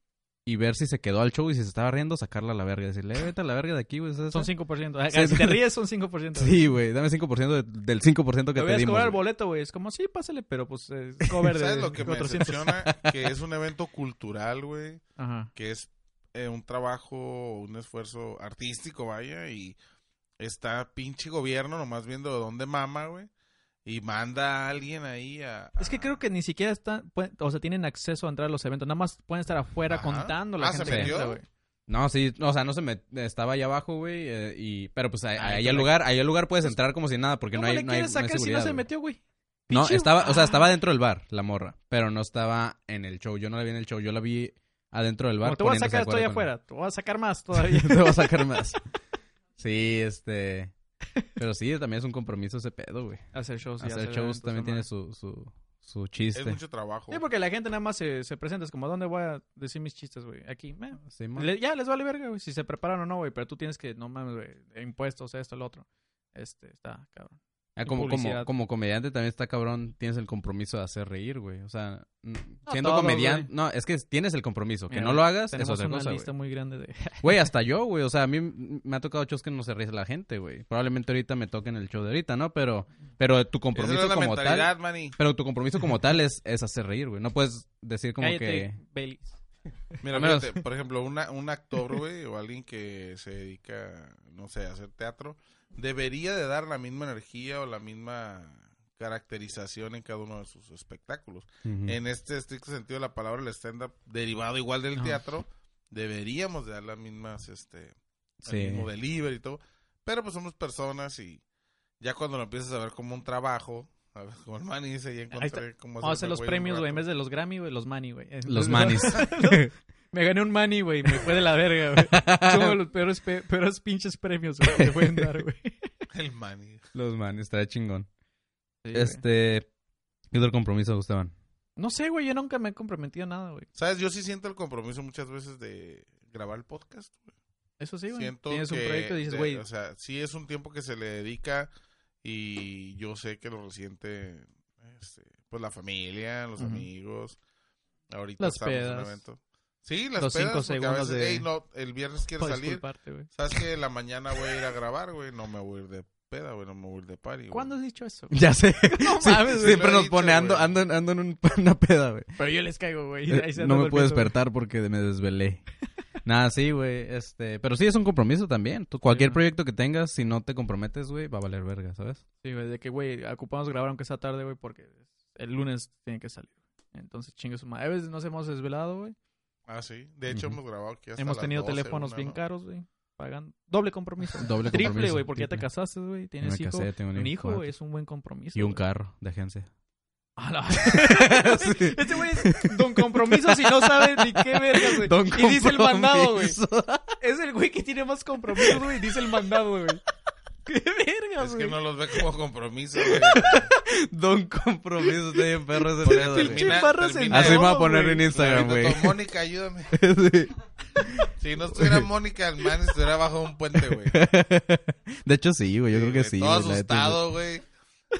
Speaker 1: y ver si se quedó al show y si se estaba riendo, sacarla a la verga. Decirle, "Eh, vete a la verga de aquí, güey. ¿sabes? [laughs]
Speaker 2: Son 5%. Ah,
Speaker 1: Sí.
Speaker 2: Si te ríes, son 5%.
Speaker 1: Sí, güey, dame 5% de- del 5% que te
Speaker 2: Te voy a
Speaker 1: dimos.
Speaker 2: cobrar el
Speaker 1: güey.
Speaker 2: boleto, güey. Es como, sí, pásale, pero pues eh, [laughs] cover de
Speaker 3: ¿Sabes lo que me
Speaker 2: 400.
Speaker 3: decepciona?
Speaker 1: [laughs]
Speaker 3: Que es un evento cultural, güey.
Speaker 2: Ajá.
Speaker 3: que es eh, un trabajo, un esfuerzo artístico, vaya, y está pinche gobierno nomás viendo de dónde mama, güey, y manda a alguien ahí a...
Speaker 2: Es que creo que ni siquiera están, pueden- o sea, tienen acceso a entrar a los eventos. Nada más pueden estar afuera
Speaker 3: Ajá.
Speaker 2: contando la
Speaker 3: Ah, ¿se
Speaker 2: gente que
Speaker 1: metió?
Speaker 2: entra, güey.
Speaker 1: No, sí, no, o sea, no se me... Estaba allá abajo, güey, eh, y... Pero pues ahí,
Speaker 2: Ay,
Speaker 1: ahí
Speaker 2: pero-
Speaker 1: al lugar, ahí al lugar puedes entrar como si nada, porque
Speaker 2: ¿Cómo
Speaker 1: no hay,
Speaker 2: le
Speaker 1: no hay,
Speaker 2: quieres
Speaker 1: no hay
Speaker 2: sacar si pues, no
Speaker 1: seguridad,
Speaker 2: se
Speaker 1: güey.
Speaker 2: metió, güey?
Speaker 1: No,
Speaker 2: Pinche-
Speaker 1: estaba, o sea,
Speaker 2: Ah.
Speaker 1: estaba dentro del bar, la morra, pero no estaba en el show. Yo no la vi en el show, yo la vi adentro del bar.
Speaker 2: Como te voy a
Speaker 1: poniéndose de
Speaker 2: sacar,
Speaker 1: acuerdo
Speaker 2: estoy
Speaker 1: con-
Speaker 2: afuera. Te voy a sacar más [laughs] todavía.
Speaker 1: te va a sacar más. Sí, este. Pero sí, también es un compromiso ese pedo, güey.
Speaker 2: Pues Hacer shows. y
Speaker 1: Hacer shows
Speaker 2: eventos,
Speaker 1: también
Speaker 2: no
Speaker 1: tiene
Speaker 2: mames.
Speaker 1: su, su, su
Speaker 3: Es
Speaker 1: chiste.
Speaker 3: mucho trabajo.
Speaker 2: Sí, porque la gente nada más se, se presenta. Es como, ¿dónde voy a decir mis chistes, güey? Aquí, meh.
Speaker 1: Sí, mo-
Speaker 2: Le- ya les vale verga, güey. Si se preparan o no, güey. Pero tú tienes que, no mames, güey. Impuestos, esto, lo otro. Este, está, cabrón.
Speaker 1: Ah, como, como,
Speaker 2: publicidad.
Speaker 1: como comediante también está cabrón, tienes el compromiso de hacer reír, güey. O sea, n- siendo
Speaker 2: todos,
Speaker 1: comediante,
Speaker 2: güey.
Speaker 1: no, es que tienes el compromiso. que
Speaker 2: Mira,
Speaker 1: no lo hagas es
Speaker 2: Tenemos
Speaker 1: otra
Speaker 2: una
Speaker 1: cosa, güey.
Speaker 2: lista muy grande de.
Speaker 1: Güey, hasta yo, güey. O sea, a mí m- me ha tocado shows que no se ríe la gente, güey. Probablemente ahorita me toquen el show de ahorita, ¿no? Pero, pero tu
Speaker 3: Esa
Speaker 1: compromiso
Speaker 3: es la
Speaker 1: como
Speaker 3: mentalidad,
Speaker 1: tal.
Speaker 3: mani.
Speaker 1: Pero tu compromiso como tal es, es hacer reír, güey. No puedes decir como que.
Speaker 2: Cállate, Baileys.
Speaker 3: Mira,
Speaker 1: menos-
Speaker 3: fíjate, por ejemplo, una, un actor, güey, o alguien que se dedica, no sé, a hacer teatro, debería de dar la misma energía o la misma caracterización en cada uno de sus espectáculos.
Speaker 1: Ujú.
Speaker 2: Mm.
Speaker 3: en este estricto sentido de la palabra, el stand-up, derivado igual del
Speaker 2: Ajá.
Speaker 3: teatro, deberíamos de dar las mismas, este,
Speaker 1: Sí.
Speaker 3: el mismo delivery y todo. Pero pues somos personas y ya cuando lo empiezas a ver como un trabajo, a ver, como el man dice, ya encontré cómo
Speaker 2: Vamos a hacer
Speaker 3: hacerme
Speaker 2: los
Speaker 3: güey de un
Speaker 2: premios, güey. En
Speaker 3: rato.
Speaker 2: vez de los Grammy, güey, los Manny, güey.
Speaker 1: Los
Speaker 2: Entonces, [laughs]
Speaker 1: manis.
Speaker 2: Me gané un Manny, güey. Me fue de la verga,
Speaker 1: [laughs]
Speaker 2: güey. Son los peores, pe- peores pinches premios, güey. que Te pueden dar,
Speaker 1: [laughs]
Speaker 2: güey.
Speaker 3: [laughs] El mani.
Speaker 1: Los manis, estaría chingón.
Speaker 2: Sí, güey.
Speaker 1: este. ¿Qué otro compromiso, Gustaban?
Speaker 2: No sé, güey. Yo nunca me he comprometido a nada, güey.
Speaker 3: ¿Sabes? Yo sí siento el compromiso muchas veces de grabar el podcast. güey.
Speaker 2: Eso sí, güey.
Speaker 3: siento
Speaker 2: Tienes un
Speaker 3: que
Speaker 2: proyecto y dices,
Speaker 3: de-
Speaker 2: güey.
Speaker 3: O sea, sí es un tiempo que se le dedica y yo sé que lo resiente este, pues la familia, los
Speaker 2: Ujú.
Speaker 3: amigos. Ahorita
Speaker 2: Las
Speaker 3: estamos en un
Speaker 2: pedas.
Speaker 3: evento. Sí, las
Speaker 2: Los
Speaker 3: pedas,
Speaker 2: cinco
Speaker 3: porque a
Speaker 2: segundos
Speaker 3: veces,
Speaker 2: de-
Speaker 3: "Ey, no, el viernes quiero
Speaker 2: puedo
Speaker 3: salir.
Speaker 2: disculparte, güey.
Speaker 3: ¿Sabes que La mañana voy a ir a grabar, güey. No me voy a ir de peda, güey. No me voy a ir de party. güey". [laughs]
Speaker 2: ¿Cuándo has
Speaker 1: [laughs]
Speaker 2: dicho eso? güey?
Speaker 1: [laughs] Ya sé.
Speaker 2: No
Speaker 1: Sí,
Speaker 2: mames, güey.
Speaker 1: siempre
Speaker 3: lo he
Speaker 1: nos
Speaker 3: dicho,
Speaker 1: pone, ando,
Speaker 3: güey.
Speaker 1: ando, en- ando en un- [laughs] una peda, güey.
Speaker 2: Pero yo les caigo, güey.
Speaker 1: Eh,
Speaker 2: Ahí se
Speaker 1: No
Speaker 2: anda
Speaker 1: me puedo
Speaker 2: durmiendo, güey.
Speaker 1: despertar porque me
Speaker 2: [laughs]
Speaker 1: desvelé. Nada, sí, güey. Este, pero sí es un compromiso también. Tú- cualquier
Speaker 2: güey.
Speaker 1: proyecto que tengas, si no te comprometes, güey, va a valer verga, ¿sabes?
Speaker 2: Sí, güey. De que, güey, ocupamos grabar aunque sea tarde, güey, porque el lunes tiene que salir. Entonces, chingue su madre. A veces nos hemos desvelado, güey.
Speaker 3: Ah, sí. De hecho,
Speaker 1: Ujú.
Speaker 3: hemos grabado aquí hasta
Speaker 2: Hemos
Speaker 3: las
Speaker 2: tenido
Speaker 3: 12,
Speaker 2: teléfonos
Speaker 3: una,
Speaker 2: bien
Speaker 3: ¿no?
Speaker 2: caros, güey. Pagan doble compromiso.
Speaker 1: [laughs] Doble
Speaker 2: Triple,
Speaker 1: compromiso,
Speaker 2: güey, porque ya te
Speaker 1: triple.
Speaker 2: casaste, güey.
Speaker 1: Yo me
Speaker 2: Tienes hijo.
Speaker 1: casé, tengo
Speaker 2: Un hijo,
Speaker 1: cuatro.
Speaker 2: güey, es un buen compromiso.
Speaker 1: Y un
Speaker 2: güey.
Speaker 1: carro de agencia. [laughs]
Speaker 2: A la- Este güey es don compromiso si no sabe ni qué vergas, güey.
Speaker 1: Don
Speaker 2: Y dice el mandado, güey.
Speaker 1: compromiso. [laughs]
Speaker 2: Es el güey que tiene más compromisos, güey. y Dice el mandado, güey.
Speaker 1: ¿Qué verga,
Speaker 3: Es que no los ve como compromiso. güey.
Speaker 1: Don compromiso de perro ese
Speaker 2: Pues,
Speaker 3: Por
Speaker 1: pedo,
Speaker 3: eso
Speaker 1: güey.
Speaker 3: termina-
Speaker 2: barra
Speaker 3: termina-
Speaker 1: Así me voy a
Speaker 2: todo,
Speaker 1: poner
Speaker 2: güey.
Speaker 1: en [laughs] Instagram,
Speaker 3: Ahorita
Speaker 1: güey.
Speaker 3: con Mónica, ayúdame.
Speaker 1: Sí.
Speaker 3: Si no estuviera Mónica, el man estuviera bajo un puente, güey.
Speaker 1: [laughs] De hecho, sí, güey. Yo creo que
Speaker 3: güey,
Speaker 1: sí.
Speaker 3: Todo
Speaker 1: güey, la neta,
Speaker 3: asustado, güey.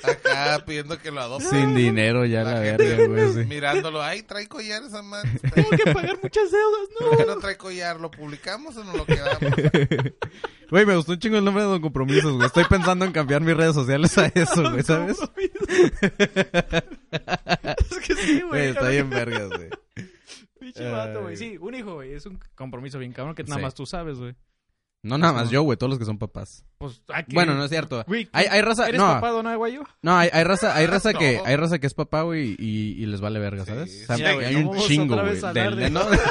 Speaker 3: Acá pidiendo que lo adopte.
Speaker 1: Sin dinero ya la,
Speaker 3: La gente
Speaker 1: verga, güey. sí.
Speaker 3: Mirándolo, ay, trae collar esa man.
Speaker 2: [laughs] Tengo que pagar muchas deudas, ¿no?
Speaker 3: ¿Por qué no trae collar? ¿Lo publicamos o no lo quedamos?
Speaker 1: [laughs] Güey, me gustó un chingo el nombre de Don Compromisos, güey. Estoy pensando en cambiar mis redes sociales a eso, güey,
Speaker 2: [laughs]
Speaker 1: ¿sabes?
Speaker 2: es que sí, güey.
Speaker 1: Güey, está bien vergas, güey.
Speaker 2: Pinche vato, güey.
Speaker 1: Ay.
Speaker 2: Sí, un hijo, güey. Es un compromiso bien cabrón que nada
Speaker 1: Sí.
Speaker 2: más tú sabes, güey.
Speaker 1: No nada más yo, güey, todos los que son papás.
Speaker 2: Pues, ¿a qué?
Speaker 1: Bueno, no es cierto.
Speaker 2: Güey,
Speaker 1: Hay, hay raza,
Speaker 2: ¿Eres
Speaker 1: no,
Speaker 2: papá don Aguayo?
Speaker 1: no, hay, hay raza, hay raza que,
Speaker 3: No.
Speaker 1: hay raza que es papá, güey, y, y les vale verga,
Speaker 3: Sí,
Speaker 1: ¿sabes?
Speaker 3: sí.
Speaker 1: O sea,
Speaker 3: Mira, güey,
Speaker 1: hay
Speaker 2: no
Speaker 1: un
Speaker 2: vamos
Speaker 1: chingo,
Speaker 2: otra
Speaker 1: güey.
Speaker 2: vez a hablar
Speaker 1: del-
Speaker 2: de-
Speaker 1: Eh, no,
Speaker 3: Neto,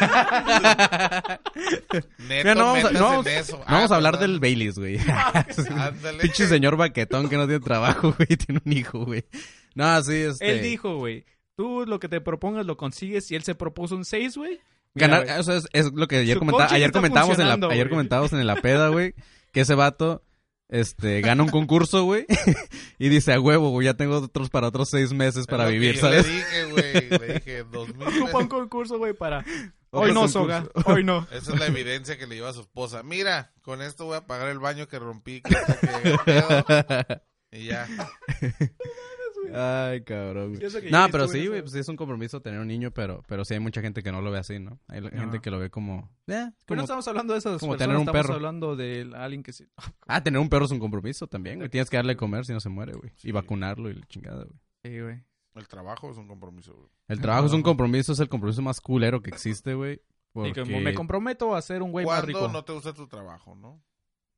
Speaker 1: mira, no vamos, a,
Speaker 3: métase
Speaker 1: no vamos-
Speaker 3: en eso.
Speaker 1: no
Speaker 3: Ah,
Speaker 1: [laughs] vamos a hablar
Speaker 3: perdón.
Speaker 1: del Baileys, güey. [laughs]
Speaker 2: [laughs]
Speaker 3: Ándale.
Speaker 1: Pinche señor baquetón que no tiene trabajo, [laughs] güey, tiene un hijo, güey. No, sí, este.
Speaker 2: Él dijo, güey. Tú lo que te propongas lo consigues y él se propuso un
Speaker 1: [laughs]
Speaker 2: 6, güey. Mira,
Speaker 1: Ganar,
Speaker 2: güey,
Speaker 1: o sea, es, es lo que ayer,
Speaker 2: Su
Speaker 1: comentaba,
Speaker 2: coaching
Speaker 1: ayer
Speaker 2: está
Speaker 1: comentábamos en la,
Speaker 2: funcionando,
Speaker 1: ayer
Speaker 2: güey.
Speaker 1: comentábamos en la peda, güey, que ese vato, este, gana un concurso, güey, [laughs] y dice, a huevo, güey, ya tengo otros para otros seis meses para
Speaker 3: Lo que
Speaker 1: vivir,
Speaker 3: yo
Speaker 1: ¿sabes?
Speaker 3: Le dije, güey. Le dije, dos mil
Speaker 2: Ocupa un
Speaker 3: pesos.
Speaker 2: concurso, güey, para...
Speaker 1: Otro
Speaker 2: [laughs] Hoy no,
Speaker 1: concurso.
Speaker 2: Soga. Hoy no.
Speaker 1: [laughs]
Speaker 3: Esa es la evidencia que le lleva a su esposa. Mira, con esto voy a pagar el baño que rompí. que esto, que
Speaker 1: [laughs]
Speaker 3: pedo. Y ya.
Speaker 1: Ay, cabrón, güey.
Speaker 2: Yo sé que
Speaker 1: No,
Speaker 2: ya
Speaker 1: pero
Speaker 2: estuve en
Speaker 1: sí, güey,
Speaker 2: esa-
Speaker 1: pues sí es un compromiso tener un niño, pero, pero sí hay mucha gente que no lo ve así, ¿no? Hay la- gente
Speaker 2: Ajá.
Speaker 1: que lo ve como, eh,
Speaker 2: Pero no
Speaker 1: como-
Speaker 2: estamos hablando de esas
Speaker 1: como
Speaker 2: personas,
Speaker 1: tener un
Speaker 2: estamos
Speaker 1: perro.
Speaker 2: hablando de alguien que se...
Speaker 1: ah, tener un perro es un compromiso también, güey. Tienes que darle de comer si no se muere, güey. Y vacunarlo y la chingada, güey.
Speaker 2: Sí, güey.
Speaker 3: El trabajo es un compromiso, güey.
Speaker 1: El trabajo es un
Speaker 2: trabajo.
Speaker 1: compromiso, es el compromiso más culero que existe, güey.
Speaker 2: Y
Speaker 1: Porque...
Speaker 2: como me comprometo a ser un güey más rico.
Speaker 3: ¿Cuándo no te gusta tu trabajo, no?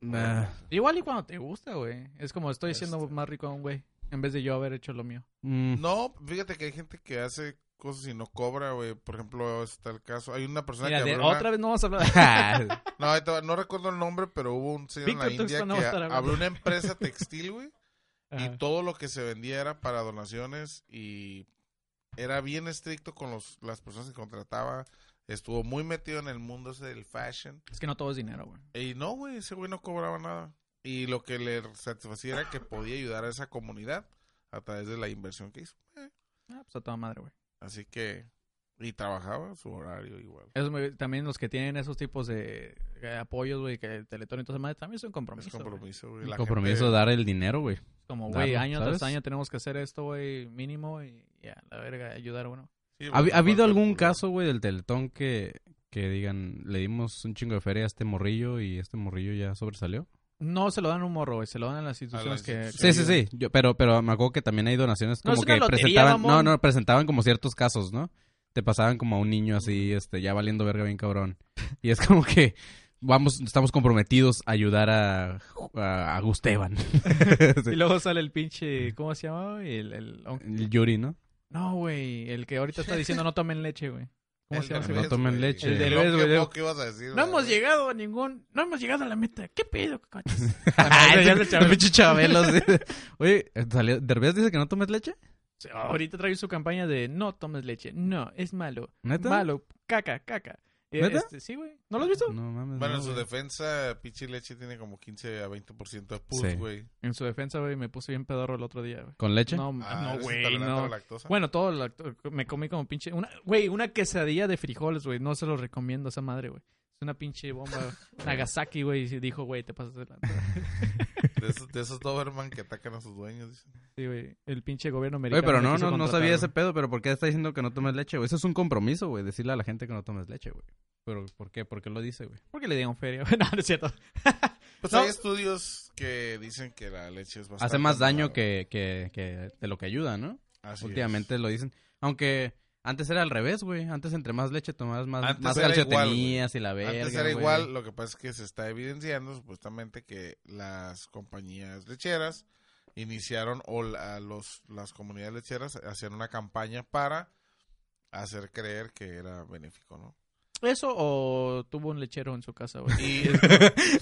Speaker 1: Nah.
Speaker 2: Igual y cuando te gusta, güey. Es como estoy siendo
Speaker 3: Este.
Speaker 2: más rico a un güey. En vez de yo haber hecho lo mío.
Speaker 1: [laughs] Mm,
Speaker 3: No, fíjate que hay gente que hace cosas y no cobra, güey. Por ejemplo, está el caso. Hay una persona
Speaker 2: Mira,
Speaker 3: que.
Speaker 2: de-
Speaker 3: abrió una-
Speaker 2: otra vez no vamos a hablar.
Speaker 1: Ah,
Speaker 3: No, ahí te va, no recuerdo el nombre, pero hubo un señor en la
Speaker 2: Víctor Tuxpan no
Speaker 3: India
Speaker 2: va
Speaker 3: que
Speaker 2: a estar hablando.
Speaker 3: abrió una empresa textil, güey.
Speaker 2: Ajá.
Speaker 3: Y todo lo que se vendía era para donaciones y era bien estricto con los, las personas que contrataba. Estuvo muy metido en el mundo ese del fashion.
Speaker 2: Es que no todo es dinero, güey.
Speaker 3: Y no, güey, ese güey no cobraba nada. Y lo que le satisfacía era que podía ayudar a esa comunidad a través de la inversión que hizo. Eh,
Speaker 2: Ah, pues a toda madre, güey.
Speaker 3: Así que... Y trabajaba su horario igual.
Speaker 2: Eso me- también los que tienen esos tipos de eh, apoyos, güey, que Teletón y toda esa madre, también es un compromiso.
Speaker 3: Es compromiso, güey.
Speaker 1: el
Speaker 3: [laughs] La
Speaker 1: compromiso
Speaker 3: gente-
Speaker 1: de dar el dinero, güey.
Speaker 2: güey. Como, güey,
Speaker 1: Darlo,
Speaker 2: año
Speaker 1: ¿sabes?
Speaker 2: tras año tenemos que hacer esto, güey, mínimo. Y ya, la verga, ayudar a uno.
Speaker 3: Sí,
Speaker 1: ¿Ha,
Speaker 3: güey,
Speaker 1: ha habido
Speaker 3: falta
Speaker 1: algún
Speaker 3: el-
Speaker 1: caso, güey, del Teletón que, que digan, le dimos un chingo de feria a este morrillo y este morrillo ya sobresalió?
Speaker 2: No se lo dan a un morro, güey. Se lo dan a las instituciones que...
Speaker 1: Sí,
Speaker 3: Sí,
Speaker 1: sí, sí. Yo, pero, pero me acuerdo que también hay donaciones
Speaker 2: No
Speaker 1: como
Speaker 2: es
Speaker 1: que
Speaker 2: una lotería,
Speaker 1: presentaban... No,
Speaker 2: mamón.
Speaker 1: no, presentaban como ciertos casos, ¿no? Te pasaban como a un niño así, este, ya valiendo verga bien cabrón. Y es como que... Vamos, estamos comprometidos a ayudar a, a, a [laughs] Gusteban.
Speaker 2: Y luego sale el pinche... ¿Cómo se llama? güey? El, el,
Speaker 1: El Yuri,
Speaker 2: [laughs]
Speaker 1: ¿no?
Speaker 2: No, güey. El que ahorita está diciendo no tomen leche, güey. ¿Cómo
Speaker 3: El
Speaker 2: se llama? ese
Speaker 3: del
Speaker 1: No
Speaker 2: güey?
Speaker 3: mes,
Speaker 1: tomen
Speaker 3: güey.
Speaker 1: leche.
Speaker 2: El del
Speaker 3: Lo
Speaker 2: mes,
Speaker 3: que
Speaker 2: güey.
Speaker 3: poco ibas a decir,
Speaker 2: No hemos
Speaker 3: güey.
Speaker 2: llegado a ningún... No hemos llegado a la meta. ¿Qué pedo,
Speaker 1: [laughs]
Speaker 2: coches?
Speaker 1: Ah,
Speaker 2: Ay,
Speaker 1: ese-
Speaker 2: ya se Chabelo.
Speaker 1: pinche Chabelo, sí. Oye, salió- ¿Derbez dice que no tomes leche?
Speaker 2: Sí, Ahorita trae su campaña de no tomes leche. No, es malo.
Speaker 1: ¿Neta?
Speaker 2: Malo. Caca, caca. Eh,
Speaker 1: ¿Neta?
Speaker 2: este, sí, güey. ¿No lo has visto?
Speaker 1: No mames.
Speaker 3: Bueno,
Speaker 1: no,
Speaker 3: en su
Speaker 1: güey.
Speaker 3: defensa, Pichi Leche tiene como 15 a 20% de pus,
Speaker 1: Sí.
Speaker 3: güey.
Speaker 2: En su defensa, güey, me puse bien pedorro el otro día, güey.
Speaker 1: ¿Con leche?
Speaker 2: No,
Speaker 3: Ah,
Speaker 2: no,
Speaker 3: ¿eres
Speaker 2: güey,
Speaker 3: intolerante a
Speaker 2: no.
Speaker 3: la lactosa?
Speaker 2: Bueno, todo lo- me comí como pinche una güey, una quesadilla de frijoles, güey, no se los recomiendo a esa madre, güey. Es una pinche [laughs] bomba güey. Nagasaki, güey, y dijo, güey, te pasas de la
Speaker 3: De esos, de esos Doberman que atacan a sus dueños. dicen.
Speaker 2: Sí, güey, el pinche gobierno
Speaker 1: Oye,
Speaker 2: americano.
Speaker 1: pero
Speaker 2: me
Speaker 1: no,
Speaker 2: quiso
Speaker 1: no, no
Speaker 2: contratar,
Speaker 1: sabía ese
Speaker 2: güey.
Speaker 1: pedo, pero ¿por qué está diciendo que no tomes leche, güey? Eso es un compromiso, güey, decirle a la gente que no tomes leche, güey. Pero, ¿por qué? ¿Por qué lo dice, güey?
Speaker 2: ¿Por qué le dieron feria? güey? [laughs] no, no es cierto.
Speaker 3: Pues
Speaker 2: No.
Speaker 3: hay estudios que dicen que la leche es bastante...
Speaker 1: Hace más daño
Speaker 3: mala.
Speaker 1: que, que, que de lo que ayuda, ¿no?
Speaker 3: Así
Speaker 1: Últimamente lo dicen. Aunque antes era al revés, güey. Antes entre más leche tomabas más,
Speaker 3: Antes
Speaker 1: más
Speaker 3: era igual,
Speaker 1: calciotenías y la
Speaker 3: es.
Speaker 1: verga,
Speaker 3: Antes era
Speaker 1: güey.
Speaker 3: igual, lo que pasa es que se está evidenciando supuestamente que las compañías lecheras iniciaron o la- los, las comunidades lecheras hacían una campaña para hacer creer que era benéfico,
Speaker 1: [laughs]
Speaker 3: ¿no?
Speaker 2: Eso o tuvo un lechero en su casa, güey. [laughs]
Speaker 3: Y
Speaker 2: Dijo,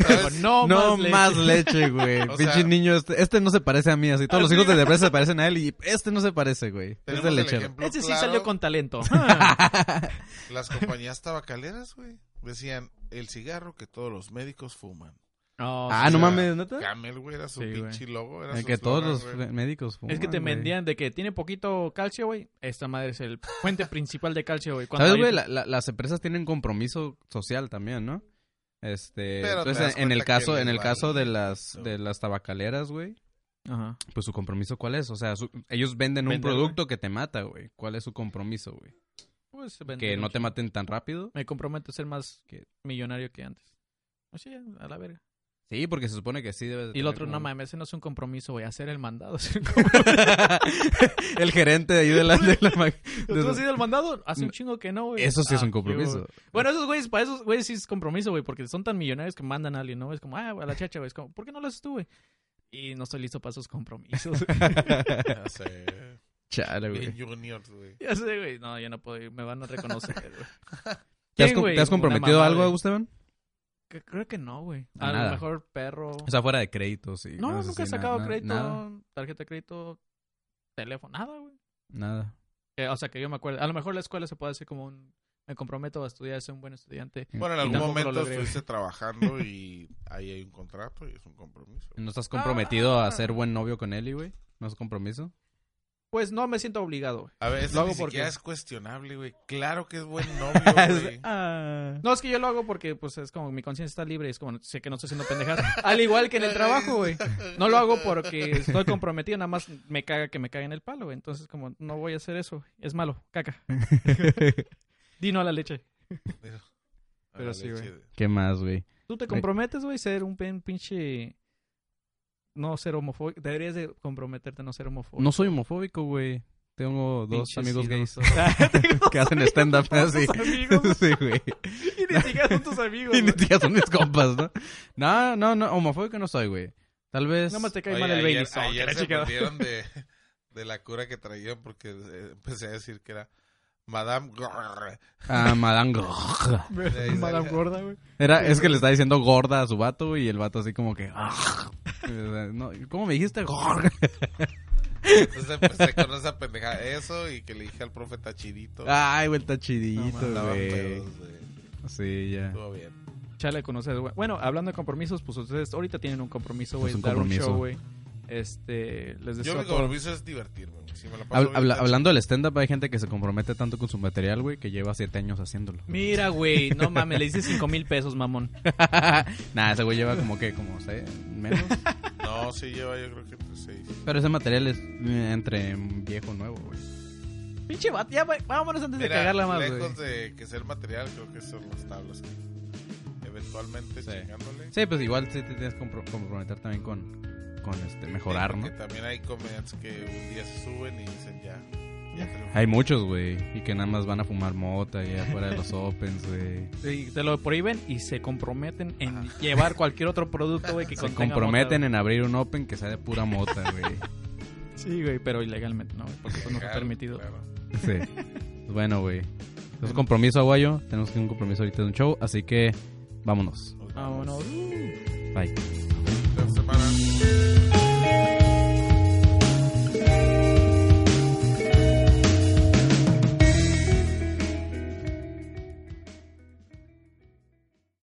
Speaker 3: ¿sabes?
Speaker 2: no,
Speaker 1: No más
Speaker 2: más, leche".
Speaker 3: [laughs]
Speaker 1: leche, güey.
Speaker 3: O
Speaker 1: Pinche
Speaker 3: sea-
Speaker 1: niño, este, este no se parece a mí, así. Todos los
Speaker 3: [laughs]
Speaker 2: Así.
Speaker 1: hijos de Debrez se parecen a él y este no se parece, güey. Es
Speaker 3: Tenemos
Speaker 1: de
Speaker 3: el
Speaker 1: lechero.
Speaker 3: ejemplo
Speaker 2: Ese sí
Speaker 3: claro.
Speaker 2: salió
Speaker 1: [laughs]
Speaker 2: con talento. Ah.
Speaker 3: Las compañías tabacaleras, güey, decían el cigarro que todos los médicos fuman.
Speaker 2: Oh,
Speaker 1: ah,
Speaker 2: sí.
Speaker 1: no
Speaker 3: sea,
Speaker 1: mames, ¿neta?
Speaker 3: Camel, güey, era su
Speaker 2: Sí, güey.
Speaker 3: pinche logo. Era
Speaker 1: El
Speaker 3: su
Speaker 1: que todos los
Speaker 3: slogan,
Speaker 1: fe-
Speaker 3: güey.
Speaker 1: médicos fuman,
Speaker 2: Es que te
Speaker 1: güey.
Speaker 2: vendían de que tiene poquito calcio, güey. Esta madre es el fuente principal de calcio, güey. Cuando
Speaker 1: ¿Sabes,
Speaker 2: hay-
Speaker 1: güey? La- la- las empresas tienen compromiso social también, ¿no? Este,
Speaker 3: Pero te
Speaker 1: entonces
Speaker 3: das
Speaker 1: en el
Speaker 3: cuenta que
Speaker 1: caso,
Speaker 3: les
Speaker 1: en el
Speaker 3: vale
Speaker 1: caso de las
Speaker 3: pito.
Speaker 1: de las tabacaleras, güey,
Speaker 2: Ajá.
Speaker 1: pues su compromiso cuál es? O sea, su- ellos venden un
Speaker 2: Vender,
Speaker 1: producto que te mata, güey. ¿Cuál es su compromiso, güey?
Speaker 2: Pues, vende
Speaker 1: Que no
Speaker 2: mucho.
Speaker 1: te maten tan rápido.
Speaker 2: Me comprometo a ser más
Speaker 1: Que-
Speaker 2: millonario que antes. O sea, a la verga.
Speaker 1: Sí, porque se supone que sí debes de
Speaker 2: Y el
Speaker 1: tener
Speaker 2: otro,
Speaker 1: como-
Speaker 2: no mames, ese no es un compromiso, güey. Hacer el mandado.
Speaker 1: [laughs]
Speaker 2: [laughs]
Speaker 1: el gerente de ahí de la, de
Speaker 2: [laughs]
Speaker 1: la ma- de-
Speaker 2: ¿Tú has ido al mandado? Hace un
Speaker 1: No.
Speaker 2: chingo que no, güey.
Speaker 1: Eso sí es
Speaker 2: Ah,
Speaker 1: un compromiso.
Speaker 2: yo- Bueno, esos güeyes, para esos güeyes sí es compromiso, güey, porque son tan millonarios que mandan a alguien, ¿no? Es como, ah, güey, a la chacha, güey. Es como, ¿por qué no lo haces tú, güey? Y no estoy listo para
Speaker 1: [laughs]
Speaker 2: esos compromisos.
Speaker 3: Ya
Speaker 2: [laughs]
Speaker 3: sé.
Speaker 1: Chale, güey.
Speaker 3: Bien juniors, güey.
Speaker 2: ya sé, güey. No, yo no puedo ir. Me van
Speaker 1: [laughs]
Speaker 2: a reconocer, güey.
Speaker 1: ¿Te has,
Speaker 2: ¿Quién,
Speaker 1: com-
Speaker 2: güey?
Speaker 1: te has
Speaker 2: Una
Speaker 1: comprometido a
Speaker 2: mamá,
Speaker 1: algo,
Speaker 2: güey.
Speaker 1: Esteban?
Speaker 2: Que- Creo que no, güey.
Speaker 1: A
Speaker 2: A lo
Speaker 1: nada.
Speaker 2: mejor perro.
Speaker 1: O sea, fuera de créditos y
Speaker 2: no,
Speaker 1: cosas
Speaker 2: nunca he
Speaker 1: así, na-
Speaker 2: sacado
Speaker 1: na-
Speaker 2: crédito,
Speaker 1: Nada,
Speaker 2: tarjeta de crédito, teléfono, nada, güey.
Speaker 1: nada.
Speaker 2: Que, o sea, que yo me acuerdo. A lo mejor la escuela se puede hacer como un. Me comprometo a estudiar, a ser un buen estudiante.
Speaker 3: Bueno, en
Speaker 1: Y
Speaker 3: algún
Speaker 1: no-
Speaker 2: tampoco lo
Speaker 3: momento
Speaker 2: logré.
Speaker 3: estuviste trabajando y ahí hay un contrato y es un compromiso.
Speaker 1: ¿No
Speaker 2: Ah.
Speaker 1: estás comprometido a ser buen novio con Eli, güey? ¿No es compromiso?
Speaker 2: Pues no me siento obligado, güey.
Speaker 3: A ver,
Speaker 2: Lo
Speaker 3: eso
Speaker 2: hago
Speaker 3: ni siquiera
Speaker 2: porque-
Speaker 3: es cuestionable, güey. Claro que
Speaker 2: [laughs]
Speaker 3: es buen novio, güey.
Speaker 1: Ah.
Speaker 2: No, es que yo lo hago porque, pues, es como mi conciencia está libre. Es como, sé que no estoy haciendo pendejadas. Al igual que en el trabajo, güey. No lo hago porque estoy comprometido. Nada más me caga que me caguen el palo, güey. Entonces, como, no voy a hacer eso. güey. Es malo. Caca. Dino a la leche. Pero sí, güey.
Speaker 3: Leche.
Speaker 1: ¿Qué más, güey?
Speaker 2: Tú te comprometes, güey, ser un pen- pinche... No ser homofóbico. Deberías de comprometerte a no ser homofóbico.
Speaker 1: No soy homofóbico, güey. Tengo dos
Speaker 2: Pinches
Speaker 1: amigos gays
Speaker 2: idosos. [laughs] Ah, tengo
Speaker 1: que hacen stand-up
Speaker 2: dos
Speaker 1: así.
Speaker 2: amigos.
Speaker 1: [laughs] Sí, güey. [laughs]
Speaker 2: Y ni siquiera son tus amigos,
Speaker 1: Y ni
Speaker 2: güey.
Speaker 1: siquiera son mis compas, ¿no? No, no, no. Homofóbico no soy, güey. Tal vez...
Speaker 2: Nada más te cae
Speaker 3: Oye,
Speaker 2: mal el
Speaker 3: ayer,
Speaker 2: Baileys. Oh, que
Speaker 3: ayer
Speaker 2: la
Speaker 3: se
Speaker 2: [laughs] chingada.
Speaker 3: perdieron de, de la cura que traían porque eh, empecé a decir que era Madame Grrr.
Speaker 1: Ah, Madame Grrr.
Speaker 3: ahí
Speaker 2: Madame
Speaker 3: salía.
Speaker 2: gorda, güey.
Speaker 1: Era, es que le está diciendo gorda a su vato y el vato así como que... "Ah". No, ¿Cómo me dijiste?
Speaker 2: [laughs]
Speaker 3: Entonces empecé con esa pendeja. Eso y que le dije al profe Tachirito.
Speaker 1: Ay, güey, está
Speaker 3: No,
Speaker 1: chidito,
Speaker 3: mandaban
Speaker 1: Ah, güey.
Speaker 3: pedos, güey.
Speaker 1: Sí, ya.
Speaker 3: Estuvo bien.
Speaker 2: Chale, conoces, güey. Bueno, hablando de compromisos, pues ustedes ahorita tienen un compromiso, güey.
Speaker 1: Es un
Speaker 2: dar
Speaker 1: compromiso.
Speaker 2: un show, güey. Este, les
Speaker 3: Yo
Speaker 2: deseo
Speaker 3: mi
Speaker 2: a todos-
Speaker 3: compromiso es divertirme. güey. Si me la paso
Speaker 1: Habla-
Speaker 3: bien, pues,
Speaker 1: habla-
Speaker 3: está
Speaker 1: hablando del stand-up, hay gente que se compromete tanto con su material, güey, que lleva siete años haciéndolo.
Speaker 2: Mira, güey, no mames, le hice cinco mil pesos, mamón.
Speaker 1: nah, ese güey lleva como que, como seis, menos.
Speaker 3: chido. No, sí lleva yo creo que entre seis.
Speaker 1: Pero ese material es eh, entre viejo nuevo, güey.
Speaker 2: Pinche vato, ya, güey, vámonos antes de
Speaker 3: Mira,
Speaker 2: cagarla más, güey.
Speaker 3: lejos de que sea el material, creo que son las tablas que eventualmente
Speaker 1: Sí.
Speaker 3: chingándole.
Speaker 1: Sí, pues igual sí te tienes que compro- comprometer también con, con este, mejorar,
Speaker 3: Porque
Speaker 1: ¿no?
Speaker 3: también hay comediantes que un día se suben y dicen ya, ya triunfé.
Speaker 1: Hay muchos, güey, y que nada más van a fumar mota y afuera de los opens, güey.
Speaker 2: Sí, te lo prohíben y se comprometen en llevar cualquier otro producto, güey, que
Speaker 1: Se comprometen en abrir un open que sea de pura mota, güey.
Speaker 2: Sí, güey, pero ilegalmente, no, güey, porque eso no está
Speaker 3: Claro,
Speaker 2: permitido.
Speaker 3: claro.
Speaker 1: Sí. Pues Bueno, güey. Es un compromiso,
Speaker 2: Ah,
Speaker 1: Aguayo. Tenemos que un compromiso ahorita de un show, así que vámonos.
Speaker 3: Nos vemos.
Speaker 2: Vámonos.
Speaker 1: Bye.